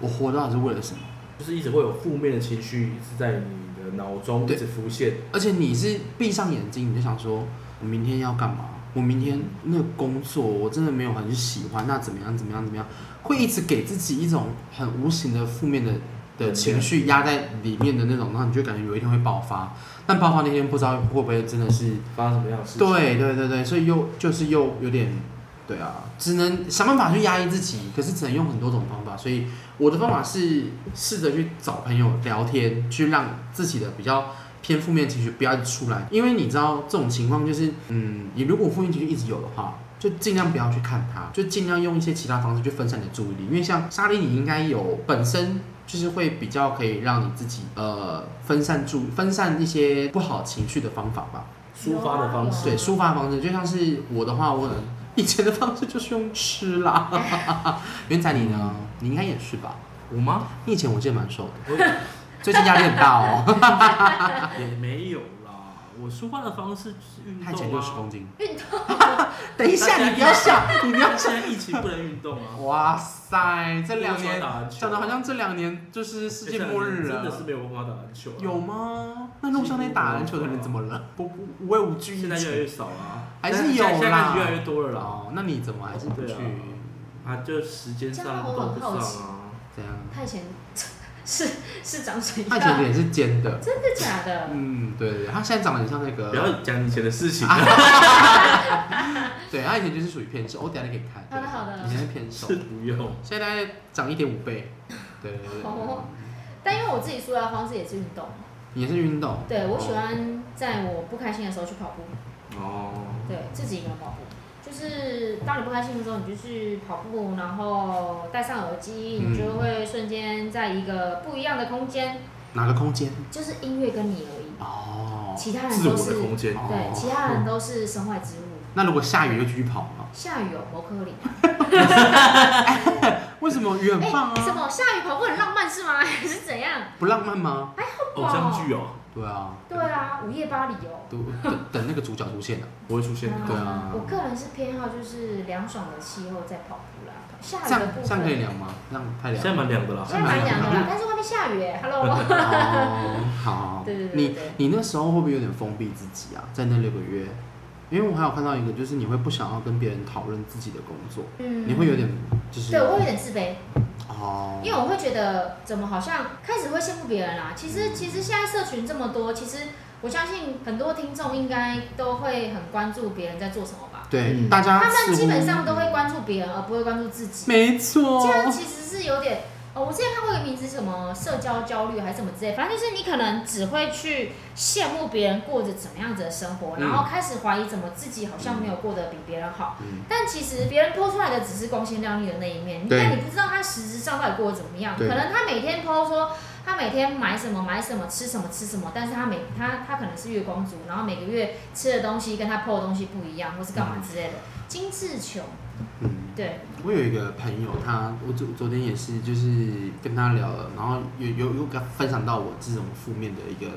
Speaker 1: 我活到底是为了什么？
Speaker 2: 就是一直会有负面的情绪一直在你的脑中一
Speaker 1: 对
Speaker 2: 直浮现，
Speaker 1: 而且你是闭上眼睛，你就想说，我明天要干嘛？我明天那个工作我真的没有很喜欢，那怎么样？怎么样？怎么样？会一直给自己一种很无形的负面的的情绪压在里面的那种，然后你就感觉有一天会爆发，但爆发那天不知道会不会真的是
Speaker 2: 发生什么样的事情？
Speaker 1: 对对对对，所以又就是又有点，对啊，只能想办法去压抑自己，可是只能用很多种方法。所以我的方法是试着去找朋友聊天，去让自己的比较偏负面情绪不要一直出来，因为你知道这种情况就是，嗯，你如果负面情绪一直有的话。就尽量不要去看它，就尽量用一些其他方式去分散你的注意力。因为像莎莉，你应该有本身就是会比较可以让你自己呃分散注分散一些不好情绪的方法吧。
Speaker 2: 抒发的方式，
Speaker 1: 对，抒发方式就像是我的话，我以前的方式就是用吃啦。元仔你呢？你应该也是吧？
Speaker 2: 我吗？
Speaker 1: 你以前我记得蛮瘦的，
Speaker 2: 啊我
Speaker 1: 最近压力很大
Speaker 2: *laughs*
Speaker 1: 哦，
Speaker 2: 也没有啦，我抒发的方式就是运动、啊。
Speaker 1: 他以前六十公斤。
Speaker 3: 运
Speaker 1: 动。
Speaker 2: 啊
Speaker 1: 等一下，你不要笑，你不要笑。。
Speaker 2: 现在疫情不能运动啊
Speaker 1: *laughs* 哇塞，这两
Speaker 2: 没有办
Speaker 1: 年
Speaker 2: 法打篮球啊
Speaker 1: 讲的好像这两年就是世界末日
Speaker 2: 真的是
Speaker 1: 了。
Speaker 2: 没有办法打篮球、啊。
Speaker 1: 有吗？那路上那打篮球的人怎么了？不不无畏无惧一
Speaker 2: 现在越来
Speaker 1: 起。
Speaker 2: 越少啊，
Speaker 1: 还是有啦
Speaker 2: 现在开始越来越多了啦。
Speaker 1: 哦，那你怎么还是不去
Speaker 2: 对啊？啊，就时间上
Speaker 3: 这样
Speaker 2: 都
Speaker 3: 我
Speaker 2: 不
Speaker 3: 很
Speaker 2: 上
Speaker 3: 好
Speaker 2: 啊。
Speaker 1: 怎样？
Speaker 3: 他以前是 *laughs* 是长什么
Speaker 1: 他以前
Speaker 3: 样？
Speaker 1: 脸是尖的。
Speaker 3: 真的假的？
Speaker 1: 嗯，对对，对，他现在长得很像那个，
Speaker 2: 不要讲以前的事
Speaker 1: *laughs*
Speaker 2: 情， *laughs*
Speaker 1: 啊对，他以前就是属于偏瘦，哦我等一下就给你看。
Speaker 3: 好的好的
Speaker 1: 以前是偏瘦
Speaker 2: *laughs* 是，不用。
Speaker 1: 现在大概长一点五倍。对对对对
Speaker 3: 哦，但因为我自己抒发方式也是运动，
Speaker 1: 也是运动。哦
Speaker 3: 对我喜欢在我不开心的时候去跑步，
Speaker 2: 哦，
Speaker 3: 对自己一个人跑步。就是当你不开心的时候，你就去跑步，然后戴上耳机，
Speaker 1: 嗯
Speaker 3: 你就会瞬间在一个不一样的空间，
Speaker 1: 哪个空间？
Speaker 3: 就是音乐跟你而已，
Speaker 1: 哦，
Speaker 3: 其他人
Speaker 2: 自
Speaker 3: 都
Speaker 2: 我
Speaker 3: 是
Speaker 2: 的空间，
Speaker 1: 哦
Speaker 3: 对，其他人都是身外之物。
Speaker 1: 那如果下雨就继续跑吗？
Speaker 3: 下雨有摩克里，
Speaker 1: 为什么雨很
Speaker 3: 哎、
Speaker 1: 棒
Speaker 3: 什
Speaker 1: 啊？
Speaker 3: 么下雨跑步很浪漫是吗？ *laughs* 还是怎样？
Speaker 1: 不浪漫吗？
Speaker 2: 偶像剧哦，
Speaker 1: 对啊，
Speaker 3: 对啊，午夜巴黎哦。
Speaker 1: 都等等那个主角出现了。
Speaker 2: 不会出现的。
Speaker 1: 对啊
Speaker 3: 我个人是偏好就是凉爽的气候在跑步啦，下
Speaker 1: 这
Speaker 3: 雨
Speaker 1: 样
Speaker 3: 的部分
Speaker 1: 这样可以量吗？这样太
Speaker 2: 现
Speaker 1: 凉
Speaker 2: 在
Speaker 1: 了。
Speaker 2: 蛮凉的啦，
Speaker 3: 现在蛮凉的啦，但是外面下雨哎，Hello，
Speaker 1: 呃哦，好。
Speaker 3: *laughs* 对对对
Speaker 1: 你
Speaker 3: 对对
Speaker 1: 你那时候会不会有点封闭自己啊？在那六个月，因为我还有看到一个，就是你会不想要跟别人讨论自己的工作。
Speaker 3: 嗯
Speaker 1: 你会有点就是
Speaker 3: 对我会有点自卑，
Speaker 1: 哦，
Speaker 3: 因为我会觉得怎么好像开始会羡慕别人啦。其
Speaker 1: 嗯
Speaker 3: 实其实现在社群这么多，其实我相信很多听众应该都会很关注别人在做什么吧，
Speaker 1: 对、
Speaker 2: 嗯
Speaker 1: 大家
Speaker 3: 他
Speaker 1: 似
Speaker 3: 们
Speaker 1: 乎
Speaker 3: 基本上都会关注别人，而不会关注自己。
Speaker 1: 没错
Speaker 3: 这，样其实是有点，哦，我之前看过一个名词，什么社交焦虑还是什么之类，反正就是你可能只会去羡慕别人过着怎么样子的生活，
Speaker 1: 嗯
Speaker 3: 然后开始怀疑怎么自己好像没有过得比别人好。
Speaker 1: 嗯
Speaker 3: 但其实别人剖出来的只是光鲜亮丽的那一面，
Speaker 1: 对
Speaker 3: 但你不知道他实质上到底过得怎么样。可
Speaker 1: 对
Speaker 3: 能他每天剖说他每天买什么买什么吃什么吃什么，但是他每他他可能是月光族，然后每个月吃的东西跟他剖的东西不一样，或是干嘛之类的，精致穷。
Speaker 1: 嗯，
Speaker 3: 对，
Speaker 1: 我有一个朋友，他我昨昨天也是就是跟他聊了，然后有有有跟他分享到我这种负面的一个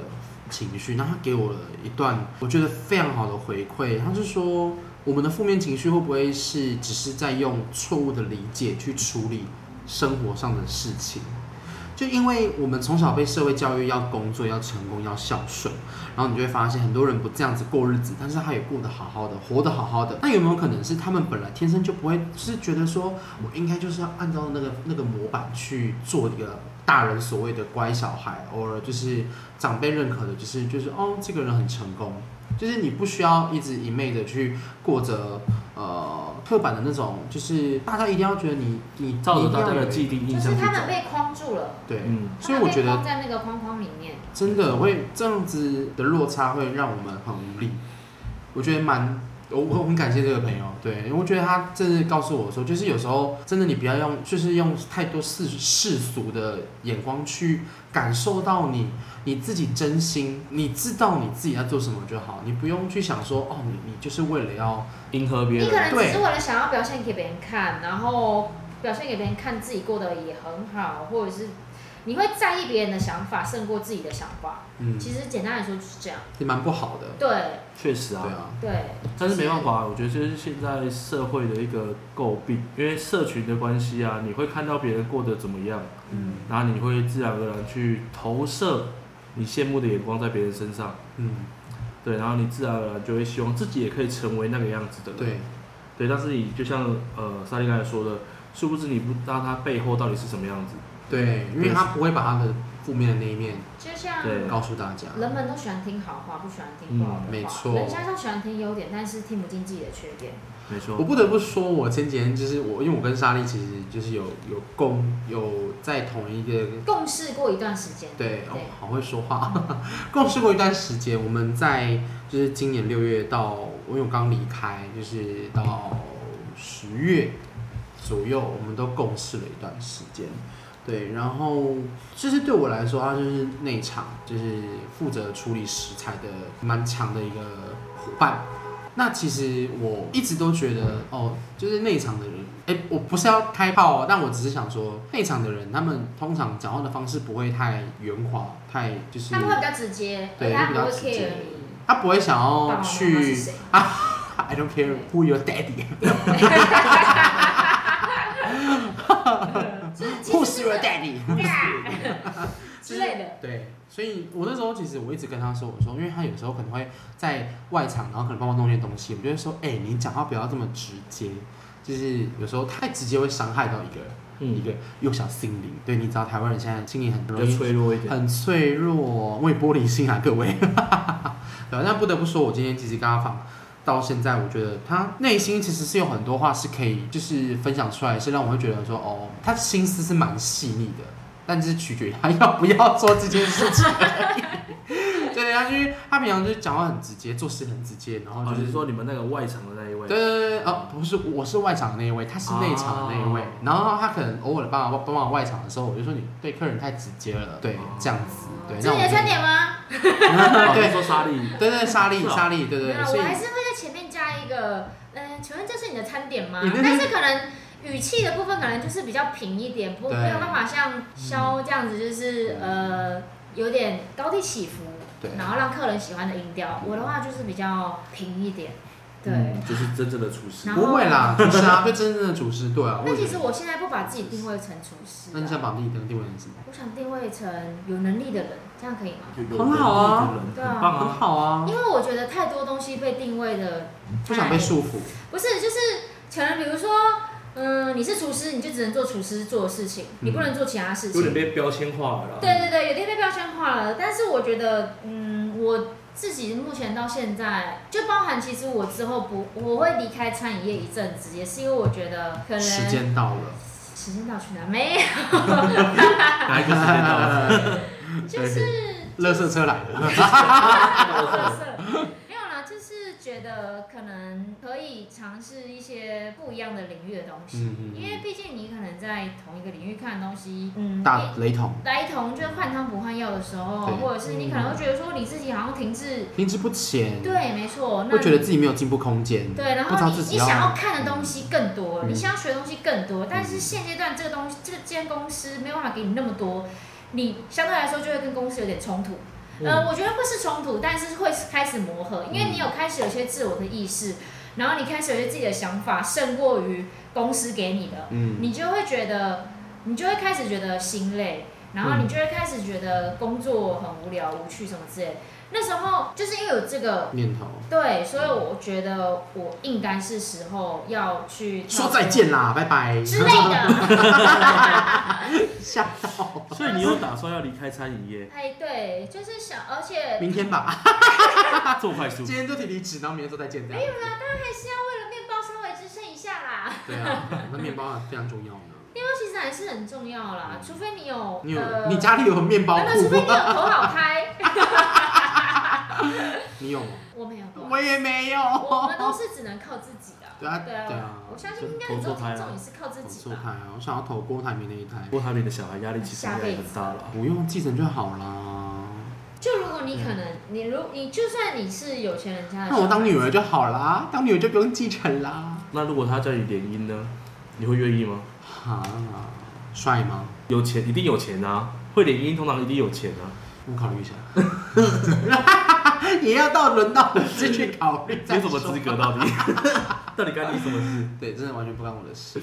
Speaker 1: 情绪，然后他给我了一段我觉得非常好的回馈，他是说我们的负面情绪会不会是只是在用错误的理解去处理生活上的事情？就因为我们从小被社会教育要工作、要成功、要孝顺，然后你就会发现很多人不这样子过日子，但是他也过得好好的，活得好好的。那有没有可能是他们本来天生就不会，就是觉得说我应该就是要按照那个那个模板去做一个大人所谓的乖小孩，偶尔就是长辈认可的，就是就是哦，这个人很成功，就是你不需要一直一昧的去过着呃刻板的那种，就是大家一定要觉得你你
Speaker 2: 照着
Speaker 1: 你一定
Speaker 2: 大
Speaker 1: 要
Speaker 2: 家的
Speaker 1: 有
Speaker 2: 既定
Speaker 3: 就
Speaker 2: 印象
Speaker 3: 是
Speaker 2: 去
Speaker 3: 他们
Speaker 2: 走。
Speaker 3: 被框住了，
Speaker 1: 对，
Speaker 2: 嗯，
Speaker 1: 所以我觉得
Speaker 3: 他们被框在那个框框里面。
Speaker 1: 真的会这样子的落差会让我们很无力。我觉得蛮，我我很感谢这个朋友，对，因为我觉得他真的告诉我说，就是有时候真的你不要用，就是用太多世世俗的眼光去感受到你你自己真心，你知道你自己在做什么就好，你不用去想说哦，你你就是为了要
Speaker 2: 迎合别
Speaker 3: 你可
Speaker 2: 人，
Speaker 3: 能只是为了想要表现给别人看，然后表现给别人看自己过得也很好，或者是你会在意别人的想法胜过自己的想法。
Speaker 1: 嗯，
Speaker 3: 其实简单来说就是这样。
Speaker 1: 也蛮不好的，
Speaker 3: 对
Speaker 2: 确实
Speaker 1: 对
Speaker 2: 啊。
Speaker 1: 啊，
Speaker 3: 对。
Speaker 2: 但是没办法，啊我觉得这是现在社会的一个诟病，因为社群的关系啊，你会看到别人过得怎么样，
Speaker 1: 嗯
Speaker 2: 然后你会自然而然去投射你羡慕的眼光在别人身上，
Speaker 1: 嗯，
Speaker 2: 对，然后你自然而然就会希望自己也可以成为那个样子的人。
Speaker 1: 对，
Speaker 2: 对，但是你就像呃莎莉刚才说的，殊不知你不知道他背后到底是什么样子。
Speaker 1: 对，因为他不会把他的负面的那一面
Speaker 3: 就像
Speaker 2: 对
Speaker 1: 告诉大家，
Speaker 3: 人们都喜欢听好话，不喜欢听不好的话。
Speaker 1: 嗯没错
Speaker 3: 人家都喜欢听优点，但是听不进自己的缺点。
Speaker 2: 没错
Speaker 1: 我，不得不说，我前几天就是我，因为我跟莎莉其实就是有有共有在同一个
Speaker 3: 共事过一段时间。
Speaker 1: 对，哦
Speaker 3: 对，
Speaker 1: 好会说话， *laughs* 共事过一段时间。我们在就是今年六月到，因为我刚离开，就是到十月左右，我们都共事了一段时间。对，然后就是对我来说，它就是内场，就是负责处理食材的蛮强的一个伙伴。那其实我一直都觉得，哦，就是内场的人，哎、我不是要开炮哦，但我只是想说，内场的人他们通常讲话的方式不会太圆滑，太就是
Speaker 3: 他们会比较直接，而
Speaker 1: 对
Speaker 3: 且他
Speaker 1: 会比
Speaker 3: 不
Speaker 1: 较
Speaker 3: 会
Speaker 1: 直接
Speaker 3: care 你
Speaker 1: 他不会想
Speaker 3: 爸爸妈
Speaker 1: 要
Speaker 3: 妈是
Speaker 1: 去
Speaker 3: 谁。 *laughs*
Speaker 1: I don't care who your daddy,
Speaker 3: 就是
Speaker 1: *laughs*
Speaker 3: 其
Speaker 1: who's
Speaker 3: 实
Speaker 1: your daddy。
Speaker 3: *laughs* 之类的。
Speaker 1: 对，所以我那时候其实我一直跟他说，我说，因为他有时候可能会在外场，然后可能帮我弄一些东西，我就会说，哎、你讲话不要这么直接，就是有时候太直接会伤害到一个人、一
Speaker 2: 嗯，
Speaker 1: 个幼小心灵。对，你知道台湾人现在心灵很
Speaker 2: 比
Speaker 1: 容
Speaker 2: 较
Speaker 1: 易
Speaker 2: 脆弱一点。
Speaker 1: 很脆弱，我也玻璃心啊，各
Speaker 2: *laughs*
Speaker 1: 位。对，那不得不说，我今天其实跟他访到现在，我觉得他内心其实是有很多话是可以，就是分享出来，是让我会觉得说，哦，他心思是蛮细腻的，但是取决于他要不要做这件事
Speaker 2: *laughs*
Speaker 1: 情而已。对，他就是他平常就是讲话很直接，做事很直接，然后
Speaker 2: 哦，
Speaker 1: 嗯就
Speaker 2: 就是是说你们那个外场的那一位，
Speaker 1: 对对对对，哦，不是，我是外场的那一位，他是内场的那一位。
Speaker 2: 哦
Speaker 1: 然后他可能偶尔帮忙帮忙外场的时候，我就说你对客人太直接了，对，这样子，对。
Speaker 3: 这
Speaker 1: 那我
Speaker 3: 是你的餐点吗？
Speaker 2: 哦，
Speaker 1: 对
Speaker 2: 你说莎莉，
Speaker 1: 对对，莎莉
Speaker 2: 是哦
Speaker 1: 莎莉，对
Speaker 3: 没
Speaker 1: 对
Speaker 3: 有
Speaker 1: 对，
Speaker 3: 啦，
Speaker 1: 所以
Speaker 3: 我还是会在前面加一个，嗯、请问这是你的餐点吗
Speaker 1: 你？那天
Speaker 3: 但是可能语气的部分可能就是比较平一点，不
Speaker 1: 对嗯
Speaker 3: 没有办法像肖这样子，就是、呃有点高低起伏，
Speaker 1: 对
Speaker 3: 然后让客人喜欢的音调。我的话就是比较平一点，对。
Speaker 2: 嗯，就是真正的厨师
Speaker 3: 然。后
Speaker 1: 不会
Speaker 3: *laughs*
Speaker 1: 啦，主持啊，就真正的主持，对啊。
Speaker 3: 那
Speaker 1: 我也
Speaker 3: 其
Speaker 1: 觉
Speaker 3: 实
Speaker 1: 得
Speaker 3: 我现在不把自己定位成厨师
Speaker 1: 那你想
Speaker 3: 啊，
Speaker 1: 把自己定定位成什么？
Speaker 3: 我想定位成有能力的人，这样可以吗？
Speaker 2: 有有
Speaker 1: 很好啊
Speaker 2: 能力的
Speaker 3: 对
Speaker 2: 人
Speaker 3: 啊
Speaker 2: 很棒
Speaker 1: 很
Speaker 2: 啊，
Speaker 1: 好啊，
Speaker 3: 因为我觉得太多东西被定位的，
Speaker 1: 不想被束缚。
Speaker 3: 不是，就是可能比如说，嗯，你是厨师，你就只能做厨师做的事情，你不能做其他事
Speaker 2: 有
Speaker 3: 情。
Speaker 2: 点被标签化了啦。
Speaker 3: 对对对，有点被标签化了。但是我觉得，嗯，我自己目前到现在，就包含其实我之后不，我会离开餐饮业一阵子，也是因为我觉得可能
Speaker 1: 时间到了，
Speaker 2: *laughs*
Speaker 3: 时间到去哪没有，
Speaker 2: 哪一个时间到了？ *laughs*
Speaker 3: 就是
Speaker 1: *laughs* 垃圾车来了，
Speaker 3: 没有啦，就是觉得可能可以尝试一些不一样的领域的东西，
Speaker 1: 嗯嗯嗯
Speaker 3: 因为毕竟你可能在同一个领域看的东西，嗯，
Speaker 1: 大雷同，
Speaker 3: 来一桶就是换汤不换药的时候
Speaker 1: 对，
Speaker 3: 或者是你可能会觉得说你自己好像停滞，
Speaker 1: 停滞不前，
Speaker 3: 对，没错，那
Speaker 1: 会觉得自己没有进步空间，
Speaker 3: 对，然
Speaker 1: 不知
Speaker 3: 后
Speaker 1: 道
Speaker 3: 你
Speaker 1: 自己
Speaker 3: 你想要看的东西更多，
Speaker 1: 嗯
Speaker 3: 你想要学的东西更多，但是
Speaker 1: 嗯
Speaker 3: 现阶段这个东西，这间公司没有办法给你那么多，你相对来说就会跟公司有点冲突。
Speaker 1: 嗯
Speaker 3: 呃，我觉得会是冲突，但是会开始磨合，因为你有开始有些自我的意识，然后你开始有些自己的想法胜过于公司给你的，
Speaker 1: 嗯，
Speaker 3: 你就会觉得，你就会开始觉得心累。然
Speaker 1: 嗯
Speaker 3: 后你就会开始觉得工作很无聊、无趣什么之类的。那时候就是因为有这个，
Speaker 1: 念头，
Speaker 3: 对，所以我觉得我应该是时候要去
Speaker 1: 说再见啦，拜拜
Speaker 3: 之
Speaker 1: *laughs*
Speaker 3: 类的。
Speaker 1: 吓到，
Speaker 2: 所以你有打算要离开餐饮业？
Speaker 3: 哎，对，就是想，而且
Speaker 1: 明天吧，
Speaker 2: 这么快速
Speaker 1: 今？天就提离职，然后明天说再见，这
Speaker 3: 没有
Speaker 1: 样，
Speaker 3: 啦，当然还是要为了面包稍微支撑一下啦。
Speaker 1: 对啊，那面包非常重要呢。啊
Speaker 3: 面包其实还是很重要啦，除非你有
Speaker 1: 嗯你有
Speaker 3: 呃，
Speaker 1: 你家里有面包
Speaker 3: 没有啦除非
Speaker 1: 库 *laughs*
Speaker 3: 你有？头好开，
Speaker 1: 你有吗？
Speaker 3: 我没有头好
Speaker 1: 我也没有。
Speaker 3: 开，我们都是只能靠自己的。
Speaker 1: 对啊，
Speaker 3: 对
Speaker 1: 对
Speaker 3: 啊
Speaker 1: 啊，，
Speaker 3: 我相信应该很多听众也是靠自己
Speaker 1: 投胎
Speaker 3: 吧。
Speaker 1: 啊，我想要投郭台铭那一胎，
Speaker 2: 不过他们的小孩压力其实应该也很大了。
Speaker 1: 不用继承就好啦。
Speaker 3: 就如果你可能，你如你就算你是有钱人家的，
Speaker 1: 那我当女儿就好啦，当女儿就不用继承啦。
Speaker 2: 那如果他叫你联姻呢？你会愿意吗？
Speaker 1: 哈，帅吗？
Speaker 2: 有钱一定有钱啊，会联姻通常一定有钱啊。
Speaker 1: 我考虑一下。 *laughs* 也要到轮到我自己去考虑
Speaker 2: 你
Speaker 1: 再
Speaker 2: 有什么
Speaker 1: 说
Speaker 2: 资。格？到底 *laughs* 到底干你什么事？
Speaker 1: 对，真的完全不干我的事。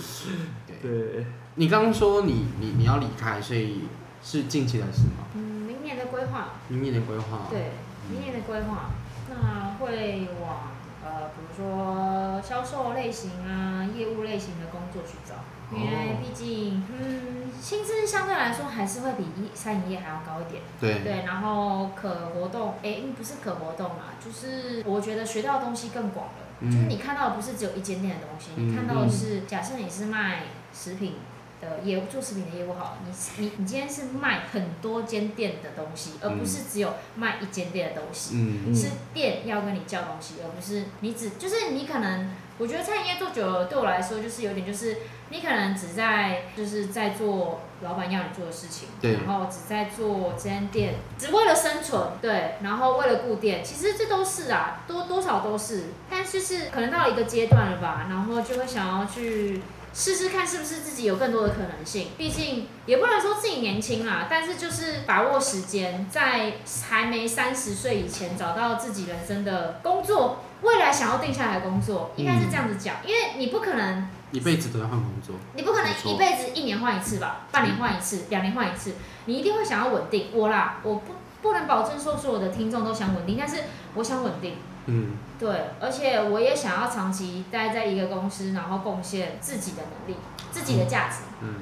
Speaker 1: 对，
Speaker 2: 对，
Speaker 1: 你刚刚说你你你要离开，所以是近期的事吗？
Speaker 3: 嗯，明年的规划，
Speaker 1: 明年的规划？，
Speaker 3: 对，明年的规划，那会往呃，比如说销售类型啊、业务类型的工作去找，因为
Speaker 1: 哦
Speaker 3: 毕竟，嗯，薪资相对来说还是会比一餐饮业还要高一点。
Speaker 1: 对
Speaker 3: 对，然后可活动，哎，不是可活动啦，就是我觉得学到的东西更广了。
Speaker 1: 嗯
Speaker 3: 就是你看到的不是只有一间店的东西，
Speaker 1: 嗯
Speaker 3: 你看到的是，假设你是卖食品的业务，做食品的业务好，你是你你今天是卖很多间店的东西，而不是只有卖一间店的东西，
Speaker 1: 嗯，
Speaker 3: 是店要跟你叫东西，而不是你只就是你可能。我觉得餐饮业做久了，对我来说就是有点，就是你可能只在就是在做老板要你做的事情，
Speaker 1: 对
Speaker 3: 然后只在做这间店，只为了生存，对，然后为了顾店，其实这都是啊，多多少都是，但是是可能到一个阶段了吧，然后就会想要去。试试看是不是自己有更多的可能性，毕竟也不能说自己年轻啦，但是就是把握时间，在还没三十岁以前找到自己人生的工作，未来想要定下来的工作，应该是这样子讲，因为你不可能
Speaker 1: 一辈子都在换工作。
Speaker 3: 你不可能
Speaker 1: 没错
Speaker 3: 一辈子一年换一次吧，半年换一次，两年换一次，你一定会想要稳定。我啦，我不不能保证说所有的听众都想稳定，但是我想稳定。
Speaker 1: 嗯，
Speaker 3: 对，而且我也想要长期待在一个公司，然后贡献自己的能力、自己的价值。
Speaker 1: 嗯，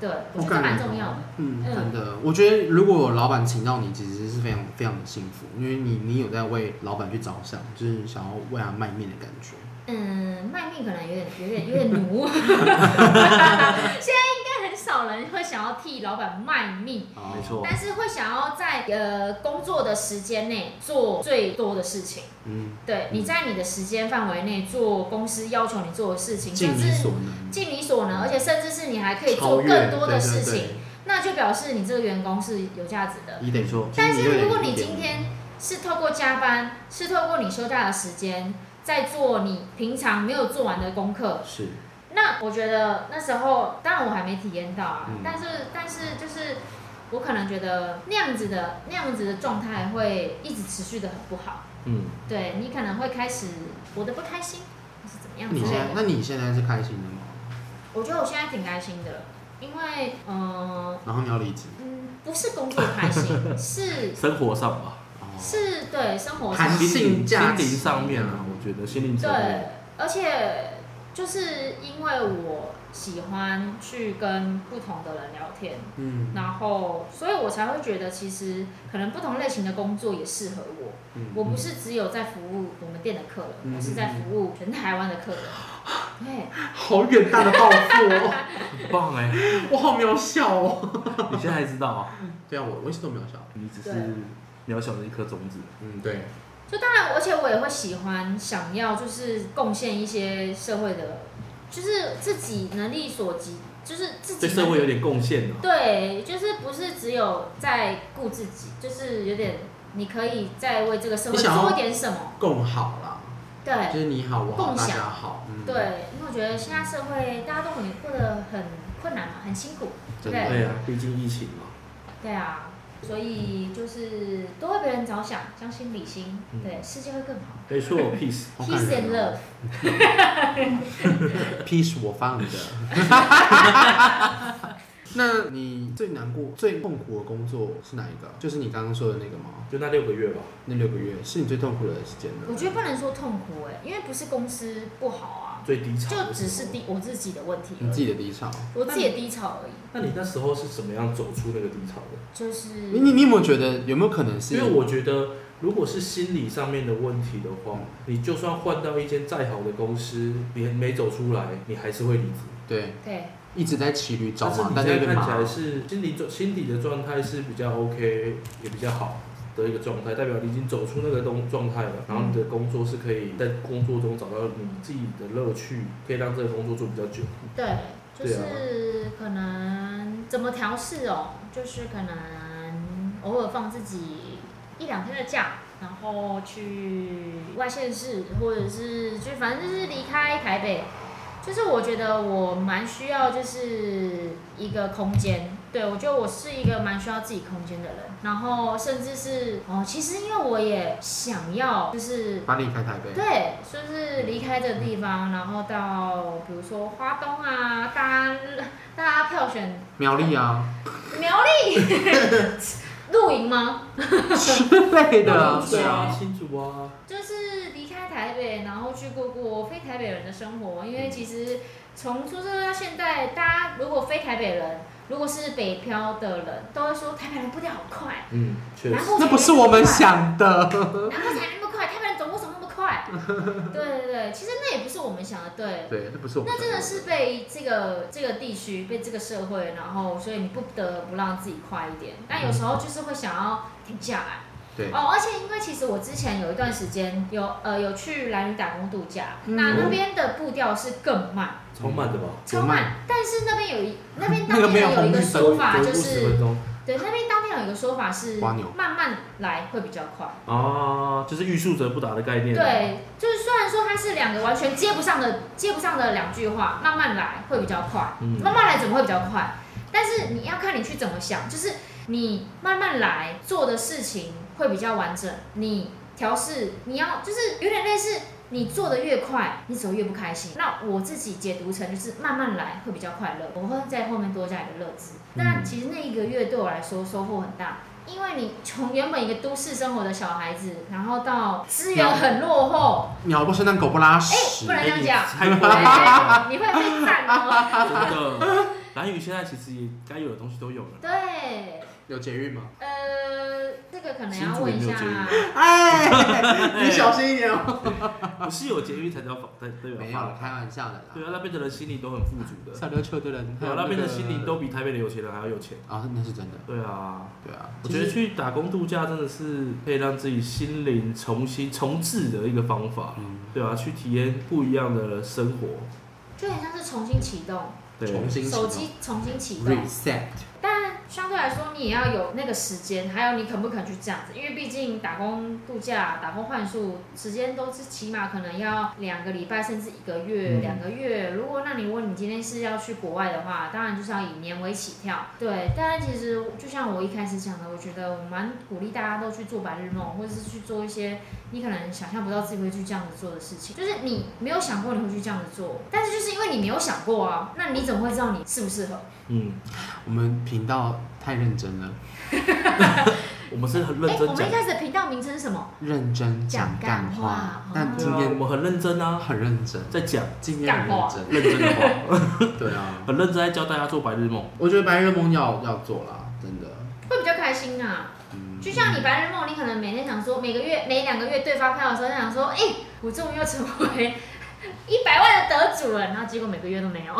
Speaker 3: 对，
Speaker 1: 我
Speaker 3: 我觉得
Speaker 1: 感
Speaker 3: 蛮
Speaker 1: 人
Speaker 3: 重要的
Speaker 1: 哦。。嗯，
Speaker 3: 嗯
Speaker 1: 真的，我觉得如果老板请到你，其实是非常非常的幸福，因为你你有在为老板去着想，就是想要为他卖命的感觉。
Speaker 3: 嗯，卖命可能有点、有点、有点
Speaker 1: *laughs*
Speaker 3: 奴。 *laughs* 现在应该很少人会想要替老板卖命。
Speaker 1: 哦
Speaker 2: 没错
Speaker 3: 但是会想要在呃工作的时间内做最多的事情，
Speaker 1: 嗯，
Speaker 3: 对，你在你的时间范围内做公司要求你做的事情，
Speaker 1: 尽
Speaker 3: 甚
Speaker 1: 你
Speaker 3: 至
Speaker 1: 所能，
Speaker 3: 尽你所能，而且甚至是你还可以
Speaker 1: 超
Speaker 3: 做
Speaker 1: 越
Speaker 3: 更多
Speaker 1: 对
Speaker 3: 的
Speaker 1: 对
Speaker 3: 事情，
Speaker 1: 对
Speaker 3: 那就表示你这个员工是有价值的。
Speaker 1: 你得说。
Speaker 3: 但
Speaker 1: 尽力
Speaker 3: 是
Speaker 1: 而
Speaker 3: 如果
Speaker 1: 为
Speaker 3: 你
Speaker 1: 一点
Speaker 3: 今天是透过加班，是透过你休假的时间，在做你平常没有做完的功课，
Speaker 1: 是，
Speaker 3: 那我觉得那时候，当然我还没体验到啊，
Speaker 1: 嗯
Speaker 3: 但是但是就是我可能觉得那样子的那样子的状态会一直持续的很不好，
Speaker 2: 嗯，
Speaker 3: 对你可能会开始活得不开心，还是怎么样之
Speaker 1: 你现在
Speaker 3: 类
Speaker 1: 那
Speaker 3: 的。
Speaker 1: 你现在是开心的吗？
Speaker 3: 我觉得我现在挺开心的，因为嗯
Speaker 1: 然后你要离职，
Speaker 3: 嗯，不是工作
Speaker 1: *laughs*
Speaker 3: 开心，是
Speaker 2: 生活上吧，
Speaker 1: 哦，
Speaker 3: 是对生活上
Speaker 1: 弹性
Speaker 2: 心灵
Speaker 1: 价
Speaker 2: 心
Speaker 1: 值
Speaker 2: 灵上面啊，我觉得心灵层
Speaker 3: 对
Speaker 2: 面，，
Speaker 3: 而且就是因为我喜欢去跟不同的人聊天，
Speaker 1: 嗯
Speaker 3: 然后，所以我才会觉得，其实可能不同类型的工作也适合我。
Speaker 1: 嗯
Speaker 3: 我不是只有在服务我们店的客人，
Speaker 1: 嗯
Speaker 3: 我是在服务全台湾的客人。对，
Speaker 1: 好远大的抱负哦，
Speaker 2: 很棒哎！
Speaker 1: 我好渺小哦。
Speaker 2: 你现在还知道啊？
Speaker 1: *laughs* 对啊，我我一直都渺小。
Speaker 2: 你只
Speaker 3: 对
Speaker 2: 是渺小的一颗种子。
Speaker 1: 嗯，对，
Speaker 3: 就当然，而且我也会喜欢想要就是贡献一些社会的，就是自己能力所及，就是自己
Speaker 2: 对
Speaker 3: 能
Speaker 2: 社会有点贡献啊。
Speaker 3: 对，就是不是只有在顾自己，就是有点你可以再为这个社会
Speaker 1: 你想要
Speaker 3: 做一点什么。
Speaker 1: 共好啦，
Speaker 3: 对，
Speaker 1: 就是你好我好
Speaker 3: 共
Speaker 1: 大
Speaker 3: 享
Speaker 1: 家好。嗯，
Speaker 3: 对，因为我觉得现在社会大家都很过得很困难嘛，很辛苦，对不
Speaker 1: 真的
Speaker 3: 对？
Speaker 2: 对啊，毕竟疫情嘛。
Speaker 3: 对啊，所以就是多为别人着想，将心比心，
Speaker 2: 嗯
Speaker 3: 对，世界会更好。
Speaker 2: 可以说我 peace，
Speaker 1: 好感
Speaker 3: Peace and
Speaker 1: 人
Speaker 3: love，
Speaker 1: 哦 peace 我放的。 *laughs* 那你最难过、最痛苦的工作是哪一个？就是你刚刚说的那个吗？
Speaker 2: 就那六个月吧。
Speaker 1: 那六个月是你最痛苦的时间呢？
Speaker 3: 我觉得不能说痛苦哎、因为不是公司不好啊，
Speaker 2: 最低潮的时候
Speaker 3: 就只是低我自己的问题而
Speaker 1: 你自
Speaker 3: 已，
Speaker 1: 己的低潮。
Speaker 3: 我自己的低潮而已，
Speaker 2: 那你那时候是怎么样走出那个低潮的？
Speaker 3: 就是
Speaker 1: 你你你有没有觉得有没有可能是？
Speaker 2: 因为我觉得，如果是心理上面的问题的话，你就算换到一间再好的公司，你没走出来，你还是会离职。
Speaker 1: 对
Speaker 3: 对
Speaker 1: 一直在骑驴找
Speaker 2: 但是
Speaker 1: 马，
Speaker 2: 你
Speaker 1: 但
Speaker 2: 现在
Speaker 1: 个
Speaker 2: 看起
Speaker 1: 马
Speaker 2: 来是心理状心理的状态是比较 OK，也比较好的一个状态，代表你已经走出那个东状态了。然后你的工作是可以在工作中找到你自己的乐趣，可以让这个工作做比较久。
Speaker 3: 对，就
Speaker 2: 对啊
Speaker 3: 是可能怎么调试哦，就是可能偶尔放自己一两天的假。然后去外县市，或者是就反正就是离开台北，就是我觉得我蛮需要就是一个空间，对我觉得我是一个蛮需要自己空间的人，然后甚至是哦，其实因为我也想要就是
Speaker 1: 把你离开台北。
Speaker 3: 对，就是离开这个地方，然后到比如说花东啊，大家大家票选
Speaker 1: 苗栗啊
Speaker 3: 苗栗 *laughs* 露营吗？
Speaker 1: 之类的啊，
Speaker 2: 对
Speaker 1: 对
Speaker 2: 啊，
Speaker 1: 啊，
Speaker 2: 新竹啊，
Speaker 3: 就是离开台北，然后去过过非台北人的生活，因
Speaker 2: 嗯
Speaker 3: 为其实从出生到现在，大家如果非台北人，如果是北漂的人，都会说台北人步调好快，
Speaker 2: 嗯，确实
Speaker 3: 南。部
Speaker 1: 那
Speaker 3: 才
Speaker 1: 不是
Speaker 3: 没
Speaker 1: 我们
Speaker 3: 快
Speaker 1: 想的。
Speaker 3: 然后才那么快，他们走路怎么那么
Speaker 2: *laughs*
Speaker 3: 快？对对对，其实那也不是我们想的，对。
Speaker 1: 对，那不是我们
Speaker 3: 那
Speaker 1: 想的。
Speaker 3: 真的是被这个这个地区、被这个社会，然后所以你不得不让自己快一点。但有时候就是会想要停下来。
Speaker 1: 对
Speaker 3: 哦，而且因为其实我之前有一段时间有呃有去兰屿打工度假，
Speaker 1: 嗯
Speaker 3: 那那边的步调是更慢，
Speaker 2: 超慢的吧？
Speaker 3: 超
Speaker 1: 多慢
Speaker 3: 慢。但是那边有一那边
Speaker 1: *laughs* 那
Speaker 3: 当
Speaker 1: 个没
Speaker 3: 地
Speaker 1: 有
Speaker 3: 人有一
Speaker 1: 红
Speaker 3: 个
Speaker 1: 绿灯
Speaker 3: 说法
Speaker 2: 走
Speaker 3: 就
Speaker 2: 路十分
Speaker 3: 是，
Speaker 2: 钟
Speaker 3: 对，那边当地人有一个说法是
Speaker 1: 瓜牛
Speaker 3: 慢慢来会比较快。
Speaker 2: 啊，就是欲速则不达的概念。，
Speaker 3: 对，就是虽然说它是两个完全接不上的接不上的两句话，慢慢来会比较快，
Speaker 2: 嗯
Speaker 3: 慢慢来怎么会比较快？但是你要看你去怎么想，就是你慢慢来做的事情会比较完整，你调试你要就是有点类似。你做的越快，你只会越不开心。那我自己解读成就是慢慢来会比较快乐，我会在后面多加一个乐字。那
Speaker 2: 嗯
Speaker 3: 其实那一个月对我来说收获很大，因为你从原本一个都市生活的小孩子，然后到资源很落后，
Speaker 1: 鸟不生蛋，狗不拉
Speaker 3: 哎、
Speaker 1: 屎
Speaker 3: 不。能这样讲，
Speaker 2: 太过分了。
Speaker 3: 哎你会被赞哦。
Speaker 2: 真的，蓝宇现在其实也该有的东西都有了。
Speaker 3: 对，
Speaker 1: 有捷运
Speaker 3: *laughs*
Speaker 1: 吗？
Speaker 3: 呃，这个可能要问一
Speaker 2: 新竹也没有
Speaker 3: 下
Speaker 2: 捷运，
Speaker 1: 哎，你小心一点哦。
Speaker 2: 不是有捷运才叫才代表
Speaker 1: 没有
Speaker 2: 发
Speaker 1: 了，
Speaker 2: 达。
Speaker 1: 开玩笑的啦。
Speaker 2: 对啊，那边的人心灵都很富足的，
Speaker 1: 小琉球的人，
Speaker 2: 对啊，那边的心灵都比台北的有钱人还要有钱。
Speaker 1: 啊，那是真的。
Speaker 2: 对啊，
Speaker 1: 对啊，
Speaker 2: 我觉得去打工度假真的是可以让自己心灵重新重置的一个方法。
Speaker 1: 嗯，
Speaker 2: 对啊，去体验不一样的生活。
Speaker 3: 就很像是重新启动，
Speaker 2: 对，
Speaker 1: 重新启动
Speaker 3: 手机重新启动。
Speaker 1: reset。
Speaker 3: 但相对来说，你也要有那个时间，还有你肯不肯去这样子，因为毕竟打工度假、打工换宿时间都是起码可能要两个礼拜甚至一个月、
Speaker 2: 嗯
Speaker 3: 两个月。如果那你如果你今天是要去国外的话，当然就是要以年为起跳。对，但其实就像我一开始讲的，我觉得我蛮鼓励大家都去做白日梦，或者是去做一些你可能想象不到自己会去这样子做的事情，就是你没有想过你会去这样子做，但是就是因为你没有想过啊，那你怎么会知道你适不适合？
Speaker 2: 嗯，
Speaker 1: 我们频道太认真了，
Speaker 2: 我们是很
Speaker 3: 哎、
Speaker 2: 认
Speaker 3: 我
Speaker 2: 真
Speaker 3: 们
Speaker 2: 讲
Speaker 3: 一。开始的频道名称是什么？
Speaker 1: 认真
Speaker 3: 讲
Speaker 1: 干
Speaker 3: 干话哦
Speaker 1: 但
Speaker 2: 对
Speaker 1: 今
Speaker 2: 啊，我
Speaker 1: 天
Speaker 2: 们很认真啊，
Speaker 1: 很认真，
Speaker 2: 在讲
Speaker 1: 今天很认真。
Speaker 2: 认真的话，
Speaker 3: *laughs*
Speaker 1: 对啊，
Speaker 2: 很认真在教大家做白日梦。
Speaker 1: 我觉得白日梦要要做啦，真的。
Speaker 3: 会比较开心啊。
Speaker 1: 嗯，
Speaker 3: 就像你白日梦，你可能每天想说，每个月每两个月对发票的时候，想说，哎、我终于又成为 *laughs* 一百万的得主了，然后结果每个月都没有。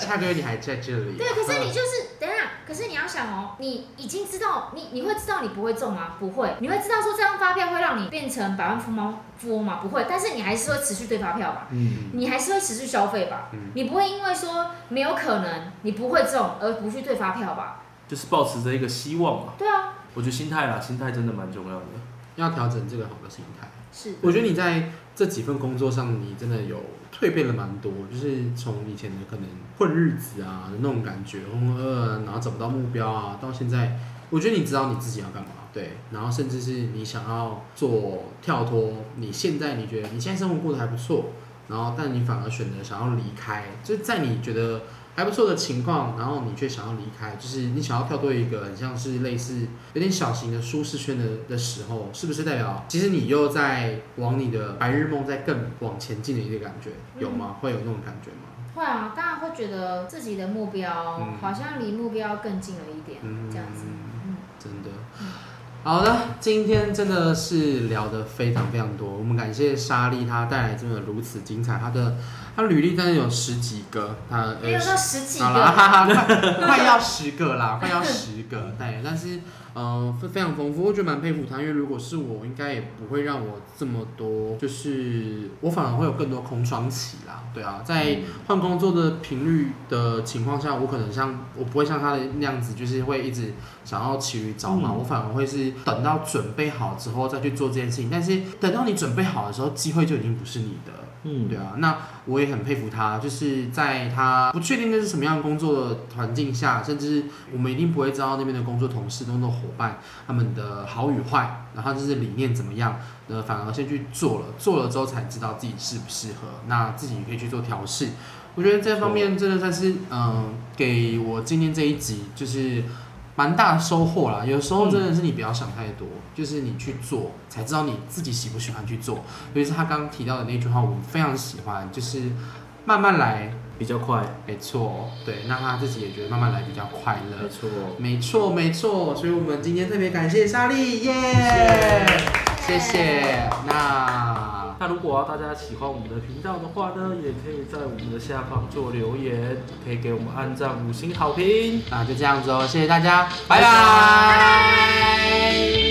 Speaker 1: 下个月你还在这里。啊
Speaker 3: 对，可是你就是等一下，可是你要想哦，你已经知道你你会知道你不会中吗？不会，你会知道说这张发票会让你变成百万富翁富翁吗？不会，但是你还是会持续对发票吧。
Speaker 2: 嗯，
Speaker 3: 你还是会持续消费吧，
Speaker 1: 嗯
Speaker 3: 你不会因为说没有可能你不会中而不去对发票吧？
Speaker 2: 就是保持着一个希望嘛。
Speaker 3: 对啊，
Speaker 2: 我觉得心态啦，心态真的蛮重要的。
Speaker 1: 呃要调整这个好的心态。
Speaker 3: 是
Speaker 1: 我觉得你在这几份工作上，你真的有蜕变了蛮多，就是从以前的可能混日子啊的那种感觉，浑浑噩噩啊，然后找不到目标啊，到现在，我觉得你知道你自己要干嘛，对，然后甚至是你想要做跳脱，你现在你觉得你现在生活过得还不错，然后但你反而选择想要离开，就是在你觉得还不错的情况，然后你却想要离开，就是你想要跳脱一个很像是类似有点小型的舒适圈的的时候，是不是代表其实你又在往你的白日梦在更往前进的一个感觉，有吗？会有那种感觉吗？
Speaker 3: 会啊，当然会觉得自己的目标
Speaker 1: 嗯
Speaker 3: 好像离目标更近了一点，
Speaker 1: 嗯，
Speaker 3: 这样子。嗯，
Speaker 1: 真的。好的，今天真的是聊得非常非常多，我们感谢莎莉她带来这么如此精彩，她的她履历真的有十几个，她呃
Speaker 3: 没有说十几
Speaker 1: 好啦，
Speaker 3: 个，
Speaker 1: 哈哈，
Speaker 3: *laughs*
Speaker 1: 快快要十个啦，快要十个，对，但是呃非非常丰富，我觉得蛮佩服他，因为如果是我，应该也不会让我这么多，就是我反而会有更多空窗期啦，对啊，在换工作的频率的情况下，我可能像我不会像他的那样子，就是会一直想要骑驴找马，
Speaker 2: 嗯
Speaker 1: 我反而会是等到准备好之后再去做这件事情，但是等到你准备好的时候，机会就已经不是你的了。
Speaker 2: 嗯
Speaker 1: 对啊，那我也很佩服他，就是在他不确定那是什么样的工作的环境下，甚至我们一定不会知道那边的工作同事、工作伙伴他们的好与坏，然后就是理念怎么样，呃，反而先去做了，做了之后才知道自己适不适合，那自己可以去做调试。我觉得这方面真的算是，嗯、给我今天这一集就是蛮大的收获啦。有时候真的是你不要想太多，就是你去做才知道你自己喜不喜欢去做。尤其是他刚刚提到的那句话，我非常喜欢，就是慢慢来，
Speaker 2: 比较快，
Speaker 1: 没错，对，那他自己也觉得慢慢来比较快乐没
Speaker 2: 没。错。
Speaker 1: 错，没错，所以我们今天特别感谢莎莉，耶、谢谢。那
Speaker 2: 那如果大家喜欢我们的频道的话呢，也可以在我们的下方做留言，可以给我们按赞五星好评。
Speaker 1: 那就这样子哦，谢谢大家，拜拜。